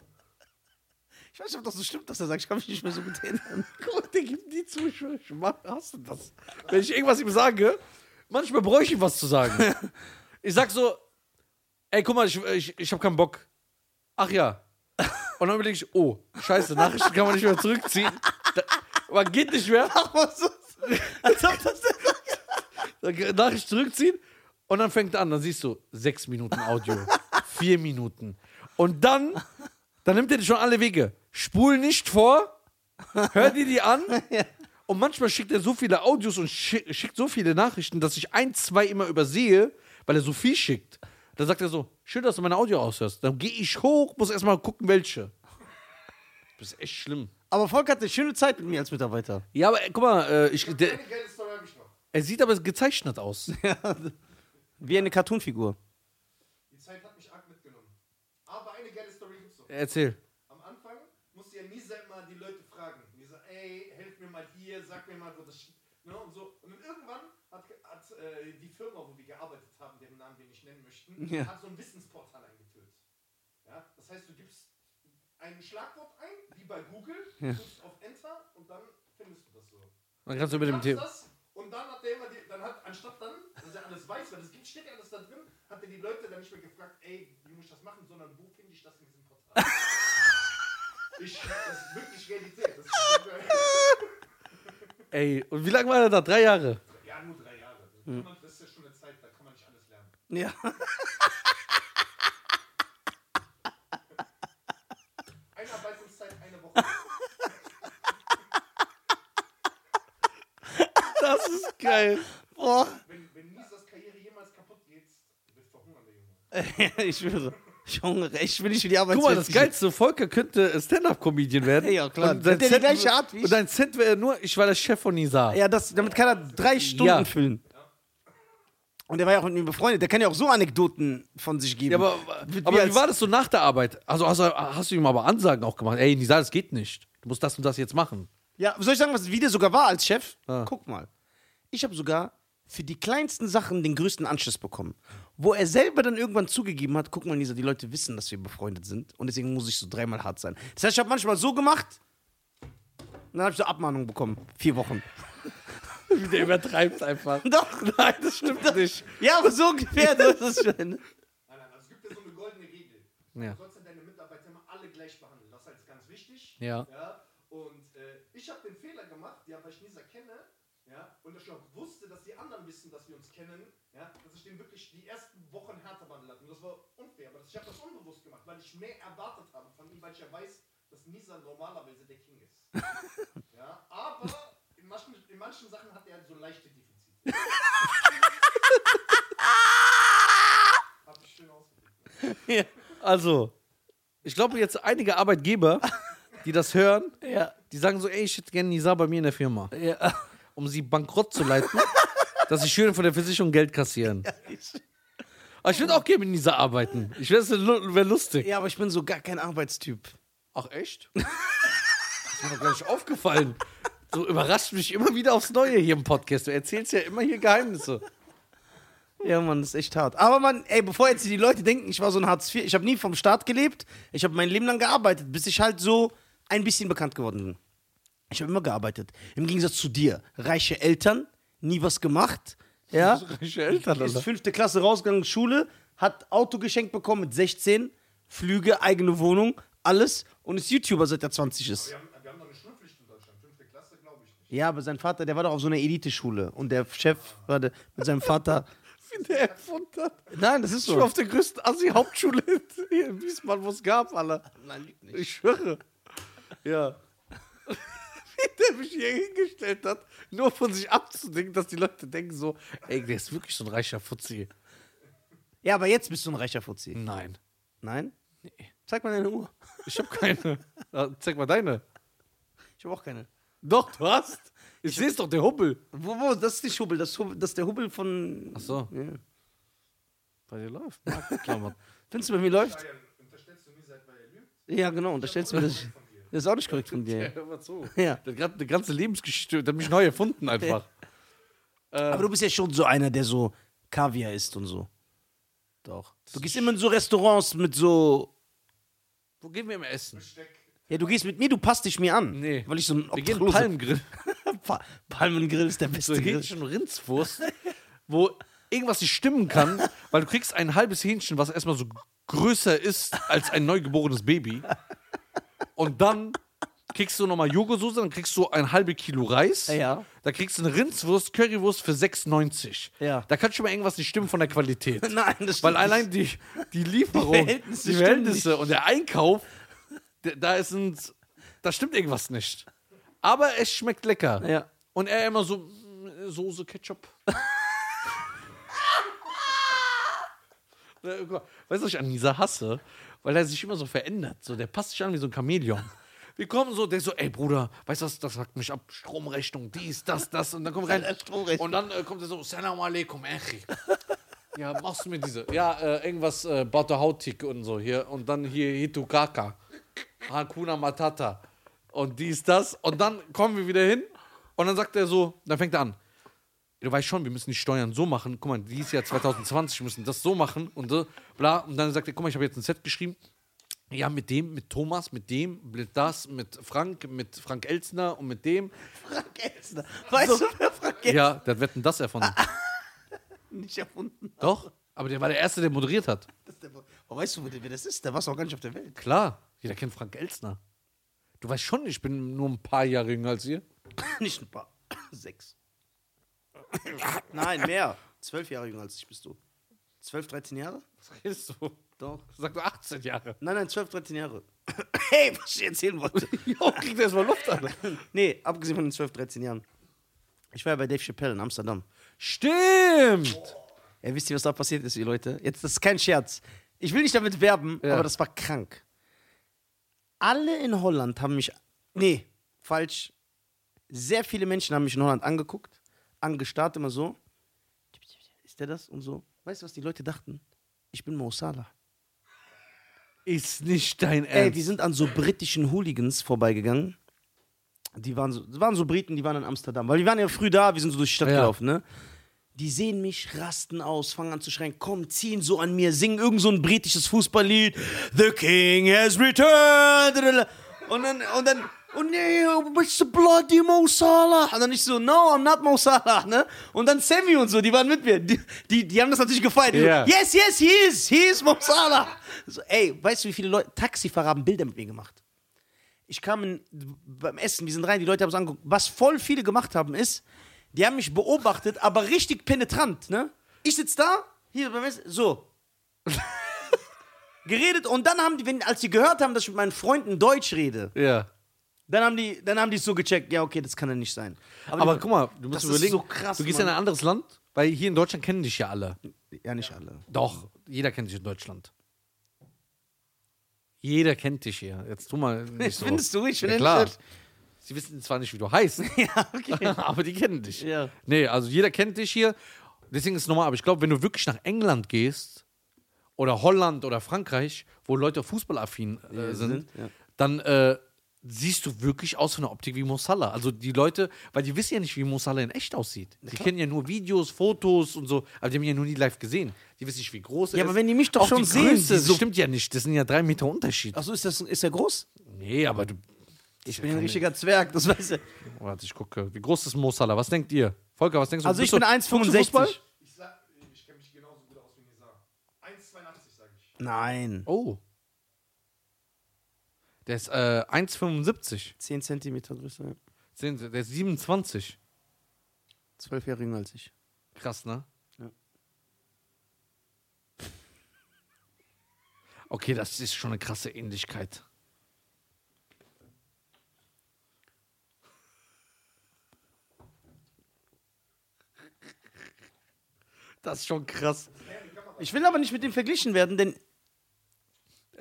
[SPEAKER 2] Ich weiß nicht, ob das so stimmt, dass er sagt, ich kann mich nicht mehr so gut erinnern. [LAUGHS]
[SPEAKER 1] Guck mal, der gibt nie zu. Ich ich mach- hasse das. Wenn ich irgendwas ihm sage, manchmal bräuchte ich was zu [LAUGHS] sagen. Ich sag so, ey, guck mal, ich, ich, ich hab keinen Bock. Ach ja. Und dann überlege ich, oh, scheiße, Nachrichten kann man nicht mehr zurückziehen. Da, man geht nicht mehr.
[SPEAKER 2] Aber so, als ob das der sagt.
[SPEAKER 1] Dann Nachricht zurückziehen und dann fängt er an. Dann siehst du sechs Minuten [LAUGHS] Audio, vier Minuten. Und dann, dann nimmt er dir schon alle Wege. Spul nicht vor, hör dir die [LAUGHS] an. Und manchmal schickt er so viele Audios und schi- schickt so viele Nachrichten, dass ich ein, zwei immer übersehe, weil er so viel schickt. Dann sagt er so: Schön, dass du meine Audio aushörst. Dann gehe ich hoch, muss erstmal gucken, welche. Das ist echt schlimm.
[SPEAKER 2] Aber Volk hatte schöne Zeit mit mir als Mitarbeiter.
[SPEAKER 1] Ja, aber äh, guck mal, äh, ich, der,
[SPEAKER 3] Eine geile Story habe ich noch.
[SPEAKER 1] er sieht aber gezeichnet [LAUGHS] aus.
[SPEAKER 2] Wie eine Cartoonfigur.
[SPEAKER 3] Die Zeit hat mich arg mitgenommen. Aber eine geile Story gibt's noch.
[SPEAKER 1] Erzähl.
[SPEAKER 3] Am Anfang musste ja Nisa immer die Leute fragen. Nisa, ey, helf mir mal hier, sag mir mal, wo das... sch- Ne, und so. Und dann irgendwann hat, hat äh, die Firma, wo wir gearbeitet haben, deren Namen wir nicht nennen möchten,
[SPEAKER 2] Ja.
[SPEAKER 3] hat so ein Wissensportal eingeführt. Ja? Das heißt, du gibst ein Schlagwort ein, wie bei Google, drückst auf Enter und dann findest du das so.
[SPEAKER 1] Dann kannst du über dem
[SPEAKER 3] Machst
[SPEAKER 1] Thema.
[SPEAKER 3] das Und dann hat der immer die, dann hat, anstatt dann, dass er alles weiß, weil es gibt- steht ja alles da drin, hat er die Leute dann nicht mehr gefragt, ey, wie muss ich das machen, sondern wo finde ich das in
[SPEAKER 1] [LAUGHS]
[SPEAKER 3] diesem Portal? ich, das ist wirklich Realität. Das ist,
[SPEAKER 1] Ey, und wie lange war er da? Drei Jahre.
[SPEAKER 3] ja, nur drei Jahre. Das, kann man, das ist ja schon eine Zeit, da kann man nicht alles lernen.
[SPEAKER 2] Ja.
[SPEAKER 3] Einarbeitungszeit eine Woche.
[SPEAKER 1] Das ist geil.
[SPEAKER 2] Boah. [LAUGHS]
[SPEAKER 3] Wenn, wenn Nisas Karriere jemals kaputt geht, wird verhungern der Junge.
[SPEAKER 2] ich schwöre. Ich hungere. Ich will nicht für die Arbeit.
[SPEAKER 1] Guck mal, das Geilste, Volker könnte Stand-Up-Comedian werden.
[SPEAKER 2] Ja, klar.
[SPEAKER 1] Und sein
[SPEAKER 2] Der hat ja die
[SPEAKER 1] Set,
[SPEAKER 2] gleiche Art wie ich.
[SPEAKER 1] Und dein Set wäre nur, ich war der Chef von Nisa.
[SPEAKER 2] Ja, das, damit kann er drei Stunden
[SPEAKER 1] Ja.
[SPEAKER 2] füllen. Und er war ja auch mit mir befreundet. Der kann ja auch so Anekdoten von sich geben.
[SPEAKER 1] Ja, aber,
[SPEAKER 2] Wie-
[SPEAKER 1] aber
[SPEAKER 2] als-
[SPEAKER 1] wie war das so nach der Arbeit? Also hast, du- hast du ihm aber Ansagen auch gemacht? Ey, Nisa, das geht nicht. Du musst das und das jetzt machen.
[SPEAKER 2] Ja, soll ich sagen, was wie der sogar war als Chef?
[SPEAKER 1] Ah.
[SPEAKER 2] Guck mal. Ich habe sogar für die kleinsten Sachen den größten Anschluss bekommen. Wo er selber dann irgendwann zugegeben hat, guck mal, Lisa, die Leute wissen, dass wir befreundet sind und deswegen muss ich so dreimal hart sein. Das heißt, ich habe manchmal so gemacht, und dann habe ich so Abmahnung bekommen. Vier Wochen. [LAUGHS]
[SPEAKER 1] Der übertreibt einfach.
[SPEAKER 2] Doch,
[SPEAKER 1] Nein, das stimmt nicht.
[SPEAKER 2] ja, aber so ungefähr, das ist schon. ne?
[SPEAKER 3] Nein, nein, also es gibt ja so eine goldene Regel.
[SPEAKER 1] Ja.
[SPEAKER 3] Du sollst ja deine Mitarbeiter immer alle gleich behandeln. Das ist halt ganz wichtig.
[SPEAKER 1] Ja.
[SPEAKER 3] Und äh, ich habe den Fehler gemacht, ja, weil ich Nisa kenne, ja, und ich auch wusste, dass die anderen wissen, dass wir uns kennen, ja, dass ich den wirklich die ersten Wochen härter behandelt habe. Und das war unfair, aber das, ich habe das unbewusst gemacht, weil ich mehr erwartet habe von ihm, weil ich ja weiß, dass Nisa normalerweise der King ist. ja, aber in manchen, in manchen Sachen hat er halt so leichte Defizite. Hab ich schön ausgedrückt.
[SPEAKER 1] Also, ich glaube jetzt einige
[SPEAKER 2] [LAUGHS]
[SPEAKER 1] Arbeitgeber, die das hören,
[SPEAKER 2] Ja,
[SPEAKER 1] die sagen so, ey, ich hätte gerne Nisa bei mir in der Firma.
[SPEAKER 2] ja.
[SPEAKER 1] [LAUGHS] um sie bankrott zu leiten, dass sie schön von der Versicherung Geld kassieren. Aber ich würde auch gerne mit Nisa arbeiten. Ich wäre wär lustig.
[SPEAKER 2] [LAUGHS] Ja, aber ich bin so gar kein Arbeitstyp.
[SPEAKER 1] Ach echt? Das ist mir doch gar nicht aufgefallen. So überrascht mich immer wieder aufs Neue hier im Podcast. Du erzählst ja immer hier Geheimnisse.
[SPEAKER 2] Ja, Mann, das ist echt hart. Aber man, ey, bevor jetzt die Leute denken, ich war so ein Hartz IV, ich habe nie vom Staat gelebt, ich habe mein Leben lang gearbeitet, bis ich halt so ein bisschen bekannt geworden bin. Ich habe immer gearbeitet. Im Gegensatz zu dir, reiche Eltern, nie was gemacht.
[SPEAKER 1] [LAUGHS]
[SPEAKER 2] Ja,
[SPEAKER 1] Reiche Eltern,
[SPEAKER 2] ist fünfte Klasse rausgegangen, Schule, hat Auto geschenkt bekommen mit 16, Flüge, eigene Wohnung, alles und ist YouTuber seit er 20 ist.
[SPEAKER 3] Wir haben, wir haben noch eine Schulpflicht in Deutschland. Fünfte Klasse glaube ich nicht.
[SPEAKER 2] Ja, aber sein Vater, der war doch auf so einer Eliteschule und der Chef war der, mit seinem Vater.
[SPEAKER 1] wie der erfunden hat.
[SPEAKER 2] Nein, das ist
[SPEAKER 1] Ich war
[SPEAKER 2] so.
[SPEAKER 1] auf der größten Assi-Hauptschule [LAUGHS] hier in Wiesbaden, wo es gab, Alter.
[SPEAKER 2] Nein, lüg nicht.
[SPEAKER 1] Ich schwöre. Ja. Wie der mich hier hingestellt hat, nur von sich abzudenken, dass die Leute denken so, ey, der ist wirklich so ein reicher Fuzzi.
[SPEAKER 2] Ja, aber jetzt bist du ein reicher Fuzzi.
[SPEAKER 1] Nein.
[SPEAKER 2] Nein? Nee. Zeig mal deine Uhr.
[SPEAKER 1] Ich hab keine. [LAUGHS] Na, Zeig mal deine.
[SPEAKER 2] Ich habe auch keine.
[SPEAKER 1] Doch, du hast. Ich, seh's doch, der Hubbel.
[SPEAKER 2] Wo, wo, das ist nicht Hubbel, das, ist Hubbel, das ist der Hubbel von.
[SPEAKER 1] Ach so.
[SPEAKER 2] Ja.
[SPEAKER 1] [LAUGHS] Bei dir läuft. Markenklammern.
[SPEAKER 2] Findest du, bei mir läuft?
[SPEAKER 3] Bayern, unterstellst du mir, seit Bayern lügt?
[SPEAKER 2] Ja, genau. Und da stellst du mir das. Das ist auch nicht korrekt von dir.
[SPEAKER 1] Hör mal zu.
[SPEAKER 2] Ja.
[SPEAKER 1] Das hat eine ganze Lebensgeschichte, das hat mich neu erfunden einfach.
[SPEAKER 2] Aber du bist ja schon so einer, der so Kaviar isst und so. Doch. Du gehst immer in so Restaurants mit so.
[SPEAKER 1] Wo gehen wir im Essen?
[SPEAKER 2] Ja, du gehehst mit mir, du passt dich mir an.
[SPEAKER 1] Nee.
[SPEAKER 2] Weil ich so ein
[SPEAKER 1] Wir gehen
[SPEAKER 2] Obdachloser-
[SPEAKER 1] Palmgrill.
[SPEAKER 2] [LAUGHS] Pa Palmengrill ist der beste
[SPEAKER 1] So
[SPEAKER 2] Grill.
[SPEAKER 1] Hähnchen Rindswurst, wo irgendwas nicht stimmen kann, [LAUGHS] weil du kriegst ein halbes Hähnchen, was erstmal so größer ist als ein neugeborenes Baby. Und dann kriegst du nochmal Joghurtsoße, dann kriegst du ein halbe Kilo Reis.
[SPEAKER 2] Ja.
[SPEAKER 1] Da kriegst du eine Rindswurst, Currywurst für 6,90.
[SPEAKER 2] Ja.
[SPEAKER 1] Da kann schon mal irgendwas nicht stimmen von der
[SPEAKER 2] [LAUGHS]
[SPEAKER 1] Qualität.
[SPEAKER 2] Nein, das stimmt
[SPEAKER 1] Weil allein die, die Lieferung, die
[SPEAKER 2] Verhältnisse
[SPEAKER 1] Verhältnisse,
[SPEAKER 2] stimmen
[SPEAKER 1] und der Einkauf, d- da ist ein, da stimmt irgendwas nicht. Aber es schmeckt lecker.
[SPEAKER 2] Ja.
[SPEAKER 1] Und er immer so mm, Soße, Ketchup. Na, Ne, guck mal, weißt du, was ich an dieser hasse? Weil er sich immer so verändert. So, der passt sich an wie so ein Chamäleon. Wir kommen so, der so, ey Bruder, weißt du was, das hackt mich ab. Stromrechnung, dies, das, das. Und dann kommt rein.
[SPEAKER 2] Stromrechnung.
[SPEAKER 1] Und dann äh, kommt er so, Salam alaikum, Echi. Ja, machst du mir diese. Ja, äh, irgendwas äh, Batahautik und so hier. Und dann hier Hitukaka. Hakuna Matata. Und dies, das. Und dann kommen wir wieder hin. Und dann sagt er so, dann fängt er an. Du weißt schon, wir müssen die Steuern so machen. Guck mal, dieses Jahr 2020 müssen das so machen und so, bla. Und dann sagt er, guck mal, ich habe jetzt ein Set geschrieben. Ja, mit dem, mit Thomas, mit dem, mit das, mit Frank, mit Frank Elzner und mit dem.
[SPEAKER 2] Frank Elsner. Weißt du, wer Frank Elsner
[SPEAKER 1] Ja, der hat Wetten, das erfunden.
[SPEAKER 2] nicht erfunden hat?
[SPEAKER 1] Doch, aber der war der Erste, der moderiert hat.
[SPEAKER 2] Das ist der- Oh, weißt du, wer das ist? Der war auch gar nicht auf der Welt.
[SPEAKER 1] Klar, jeder kennt Frank Elzner. Du weißt schon, ich bin nur ein paar Jahre jünger als ihr.
[SPEAKER 2] [LAUGHS] Nicht ein paar. [COUGHS] Sechs. Nein, mehr. Zwölf Jahre jünger als ich bist du. Zwölf, dreizehn Jahre?
[SPEAKER 1] Was redest du?
[SPEAKER 2] Doch.
[SPEAKER 1] Sag nur 18 Jahre.
[SPEAKER 2] Nein, nein, zwölf, dreizehn Jahre. [COUGHS] hey, was ich erzählen [LAUGHS] wollte.
[SPEAKER 1] Jo, kriegt er erstmal Luft an.
[SPEAKER 2] nee, abgesehen von den zwölf, dreizehn Jahren. Ich war ja bei Dave Chappelle in Amsterdam.
[SPEAKER 1] Stimmt!
[SPEAKER 2] Ey, wisst ihr, was da passiert ist, ihr Leute? Jetzt, das ist kein Scherz. Ich will nicht damit werben,
[SPEAKER 1] Ja.
[SPEAKER 2] aber das war krank. Alle in Holland haben mich. Nee, falsch. Sehr viele Menschen haben mich in Holland angeguckt, angestarrt, immer so. Ist der das? Und so. Weißt du, was die Leute dachten? Ich bin Mo Salah.
[SPEAKER 1] Ist nicht dein
[SPEAKER 2] Ey,
[SPEAKER 1] Ernst.
[SPEAKER 2] wir sind an so britischen Hooligans vorbeigegangen. Die waren so, das waren so Briten, die waren in Amsterdam. Weil die waren ja früh da, wir sind so durch die Stadt
[SPEAKER 1] Ja.
[SPEAKER 2] gelaufen, ne? Die sehen mich, rasten aus, fangen an zu schreien, komm, ziehen so an mir, singen irgend so ein britisches Fußballlied. The King has returned. Und dann, und dann, und nee, bist du bloody Mo Salah? Und dann ich so, no, I'm not Mo Salah, ne? Und dann Sammy und so, die waren mit mir. Die, die, die haben das natürlich gefeiert. Die
[SPEAKER 1] Ja.
[SPEAKER 2] So, yes, yes, he is, he is Mo Salah. So, ey, weißt du, wie viele Leute, Taxifahrer haben Bilder mit mir gemacht? ich kam in, beim Essen, wir sind rein, die Leute haben es angeguckt. Was voll viele gemacht haben, ist, die haben mich beobachtet, aber richtig penetrant, ne? Ich sitz da, hier beim Essen, so. [LAUGHS] Geredet und dann haben die, wenn, als die gehört haben, dass ich mit meinen Freunden Deutsch rede,
[SPEAKER 1] ja.
[SPEAKER 2] dann haben die, dann haben die es so gecheckt, ja, okay, das kann ja nicht sein.
[SPEAKER 1] Aber
[SPEAKER 2] die,
[SPEAKER 1] guck mal, du musst
[SPEAKER 2] das ist
[SPEAKER 1] überlegen,
[SPEAKER 2] so krass,
[SPEAKER 1] du gehst
[SPEAKER 2] Mann.
[SPEAKER 1] in ein anderes Land, weil hier in Deutschland kennen dich ja alle.
[SPEAKER 2] Ja, nicht alle.
[SPEAKER 1] Doch, jeder kennt dich in Deutschland. Jeder kennt dich hier. Jetzt tu
[SPEAKER 2] [LAUGHS]
[SPEAKER 1] mal nicht so.
[SPEAKER 2] Findest du? Ich
[SPEAKER 1] Ja,
[SPEAKER 2] finde
[SPEAKER 1] klar.
[SPEAKER 2] nicht-
[SPEAKER 1] Sie wissen zwar nicht, wie du heißt,
[SPEAKER 2] [LAUGHS] Ja,
[SPEAKER 1] [LAUGHS]
[SPEAKER 2] okay.
[SPEAKER 1] aber die kennen dich.
[SPEAKER 2] Ja.
[SPEAKER 1] Nee, also jeder kennt dich hier. Deswegen ist es normal. Aber ich glaube, wenn du wirklich nach England gehst oder Holland oder Frankreich, wo Leute fußballaffin äh, sind,
[SPEAKER 2] sind, ja.
[SPEAKER 1] dann äh, siehst du wirklich aus von der Optik wie Mo Salah. Also die Leute, weil die wissen ja nicht, wie Mo Salah in echt aussieht. Die kennen ja nur Videos, Fotos und so, aber die haben ihn ja nur nie live gesehen. Die wissen nicht, wie groß er
[SPEAKER 2] Ja,
[SPEAKER 1] ist.
[SPEAKER 2] aber wenn die mich doch
[SPEAKER 1] Auch
[SPEAKER 2] schon
[SPEAKER 1] die
[SPEAKER 2] sehen,
[SPEAKER 1] Größe,
[SPEAKER 2] die
[SPEAKER 1] das
[SPEAKER 2] so-
[SPEAKER 1] stimmt ja nicht. Das sind ja drei Meter Unterschied.
[SPEAKER 2] Achso, ist, das- ist der groß?
[SPEAKER 1] Nee, aber du.
[SPEAKER 2] Ich bin ein richtiger Zwerg, das weißt du.
[SPEAKER 1] Warte, ich gucke. Wie groß ist Mo Salah? Was denkt ihr? Volker, was denkst du?
[SPEAKER 2] Also ich
[SPEAKER 1] Bist du-
[SPEAKER 2] bin
[SPEAKER 1] guckst du Fußball?
[SPEAKER 2] 1,65.
[SPEAKER 3] Ich sag, ich kenne mich genauso gut aus wie Nizar. 1,82 sage ich.
[SPEAKER 2] Nein.
[SPEAKER 1] Oh. Der ist äh, 1,75.
[SPEAKER 2] 10 Zentimeter größer.
[SPEAKER 1] Sehen Sie, der ist 27.
[SPEAKER 2] Zwölf Jahre jünger als ich.
[SPEAKER 1] Krass, ne?
[SPEAKER 2] Ja.
[SPEAKER 1] [LAUGHS] Okay, das ist schon eine krasse Ähnlichkeit. Das ist schon krass.
[SPEAKER 2] Ich will aber nicht mit dem verglichen werden, denn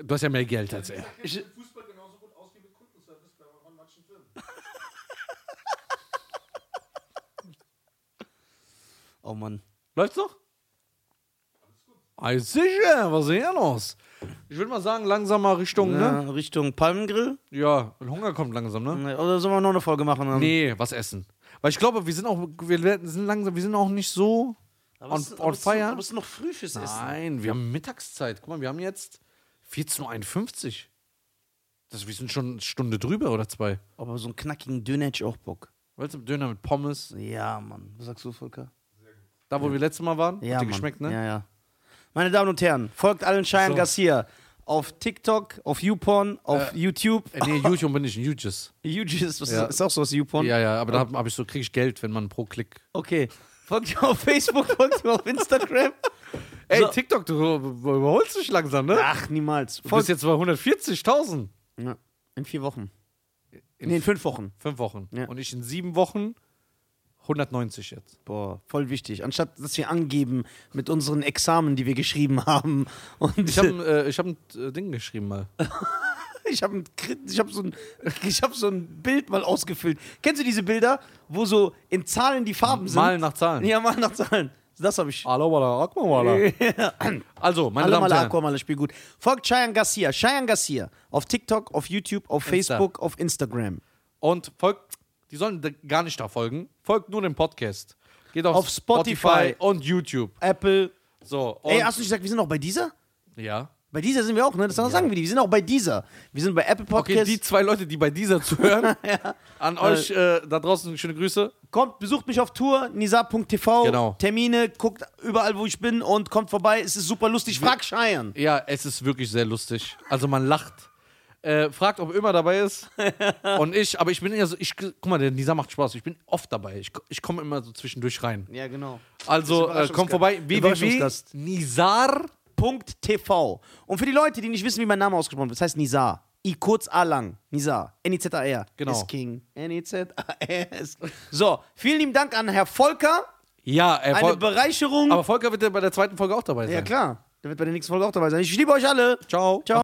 [SPEAKER 1] Du hast ja mehr Geld als er.
[SPEAKER 3] Ich kenne Fußball genauso gut aus wie mit Kundenservice bei
[SPEAKER 2] [LAUGHS]
[SPEAKER 3] manchen Firmen.
[SPEAKER 2] Oh Mann. Oh
[SPEAKER 1] Läuft's noch?
[SPEAKER 3] Alles gut.
[SPEAKER 1] Ey, sicher, was ist denn hier los? Ich würde mal sagen, langsam mal Richtung, ne?
[SPEAKER 2] Ja, Richtung Palmengrill.
[SPEAKER 1] Ja, Hunger kommt langsam, ne?
[SPEAKER 2] Oder sollen wir noch eine Folge machen? Dann?
[SPEAKER 1] Nee, was essen. Weil ich glaube, wir sind auch, wir werden- sind langsam, wir sind auch nicht so
[SPEAKER 2] Aber
[SPEAKER 1] on,
[SPEAKER 2] es ist- aber
[SPEAKER 1] on
[SPEAKER 2] es ist-
[SPEAKER 1] fire.
[SPEAKER 2] Aber es ist noch früh fürs Essen.
[SPEAKER 1] Nein, wir haben Mittagszeit. Guck mal, wir haben jetzt 14.51 Uhr. Das, wir sind schon eine Stunde drüber oder zwei.
[SPEAKER 2] Aber so einen knackigen Döner hätte ich auch Bock.
[SPEAKER 1] Weißt du, Döner mit Pommes.
[SPEAKER 2] Ja, Mann. Was sagst du, Volker?
[SPEAKER 1] Da, wo wir letztes Mal waren,
[SPEAKER 2] Ja,
[SPEAKER 1] hat dir
[SPEAKER 2] Mann.
[SPEAKER 1] geschmeckt, ne?
[SPEAKER 2] Ja, ja. Meine Damen und Herren, folgt allen Cheyenne
[SPEAKER 1] So.
[SPEAKER 2] Garcia auf TikTok, auf YouPorn, auf YouTube.
[SPEAKER 1] Äh, nee, YouTube bin ich ein Hughes.
[SPEAKER 2] Ugis, was
[SPEAKER 1] Ja.
[SPEAKER 2] ist auch so aus YouPorn?
[SPEAKER 1] Ja, ja, aber da habe hab ich so, kriege ich Geld, wenn man pro Klick.
[SPEAKER 2] Okay. Folgt ihm auf Facebook, folgt ihm auf Instagram.
[SPEAKER 1] Ey,
[SPEAKER 2] So.
[SPEAKER 1] TikTok, du überholst dich langsam, ne?
[SPEAKER 2] Ach, niemals.
[SPEAKER 1] du bist
[SPEAKER 2] Folgt
[SPEAKER 1] jetzt bei 140.000
[SPEAKER 2] ja. In vier Wochen.
[SPEAKER 1] In
[SPEAKER 2] nee, in fünf Wochen.
[SPEAKER 1] fünf Wochen.
[SPEAKER 2] Ja.
[SPEAKER 1] Und ich in sieben Wochen 190 jetzt.
[SPEAKER 2] Boah, voll wichtig. Anstatt, dass wir angeben mit unseren Examen, die wir geschrieben haben. Und
[SPEAKER 1] Ich habe äh, ich hab ein äh, Ding geschrieben mal.
[SPEAKER 2] [LAUGHS] Ich habe hab so, ein- ich hab so ein Bild mal ausgefüllt. Kennst du diese Bilder, wo so in Zahlen die Farben sind?
[SPEAKER 1] Malen nach Zahlen.
[SPEAKER 2] Ja, mal nach Zahlen. Das habe ich.
[SPEAKER 1] Hallo, wala, akma, wala. Also, meine
[SPEAKER 2] Alle
[SPEAKER 1] Damen und
[SPEAKER 2] mal
[SPEAKER 1] Herren.
[SPEAKER 2] Aqua, mal das Spiel gut. Folgt Cheyenne Garcia. Cheyenne Garcia. Auf TikTok, auf YouTube, auf
[SPEAKER 1] Insta.
[SPEAKER 2] Facebook, auf Instagram.
[SPEAKER 1] Und folgt, die sollen da gar nicht da folgen. Folgt nur dem Podcast. Geht auf,
[SPEAKER 2] Auf Spotify.
[SPEAKER 1] und YouTube.
[SPEAKER 2] Apple.
[SPEAKER 1] So, und
[SPEAKER 2] Ey, hast du nicht gesagt, wir sind auch bei dieser?
[SPEAKER 1] ja.
[SPEAKER 2] Bei dieser sind wir auch, ne? Das sagen wir die. Wir sind auch bei dieser. Wir sind bei Apple
[SPEAKER 1] Okay,
[SPEAKER 2] Podcast.
[SPEAKER 1] die zwei Leute, die bei dieser [LAUGHS] zuhören, an euch äh, da draußen schöne Grüße.
[SPEAKER 2] Kommt, besucht mich auf Tour, nisa.tv.
[SPEAKER 1] Genau.
[SPEAKER 2] Termine, guckt überall, wo ich bin und kommt vorbei. Es ist super lustig. Frag Cheyenne.
[SPEAKER 1] Ja, es ist wirklich sehr lustig. Also man lacht. Äh, fragt, ob immer dabei [LAUGHS] ist. Und ich, aber ich bin ja so, ich, guck mal, der Nisa macht Spaß. Ich bin oft dabei. Ich, ich komme immer so zwischendurch rein.
[SPEAKER 2] Ja, genau.
[SPEAKER 1] Also äh,
[SPEAKER 2] Überraschungsgast.
[SPEAKER 1] kommt vorbei.
[SPEAKER 2] Überraschungsgast.
[SPEAKER 1] www.nisar.
[SPEAKER 2] .tv. Und für die Leute, die nicht wissen, wie mein Name ausgesprochen wird, das heißt Nizar. I kurz A lang. Nizar. N-I-Z-A-R.
[SPEAKER 1] Genau.
[SPEAKER 2] Ist King. N-I-Z-A-R. ist- So, vielen lieben Dank an Herr Volker.
[SPEAKER 1] Ja, äh,
[SPEAKER 2] Eine
[SPEAKER 1] Vol
[SPEAKER 2] Bereicherung.
[SPEAKER 1] aber Volker wird ja bei der zweiten Folge auch dabei sein.
[SPEAKER 2] ja, klar. Der wird bei der nächsten Folge auch dabei sein. Ich liebe euch alle.
[SPEAKER 1] Ciao.
[SPEAKER 2] Ciao.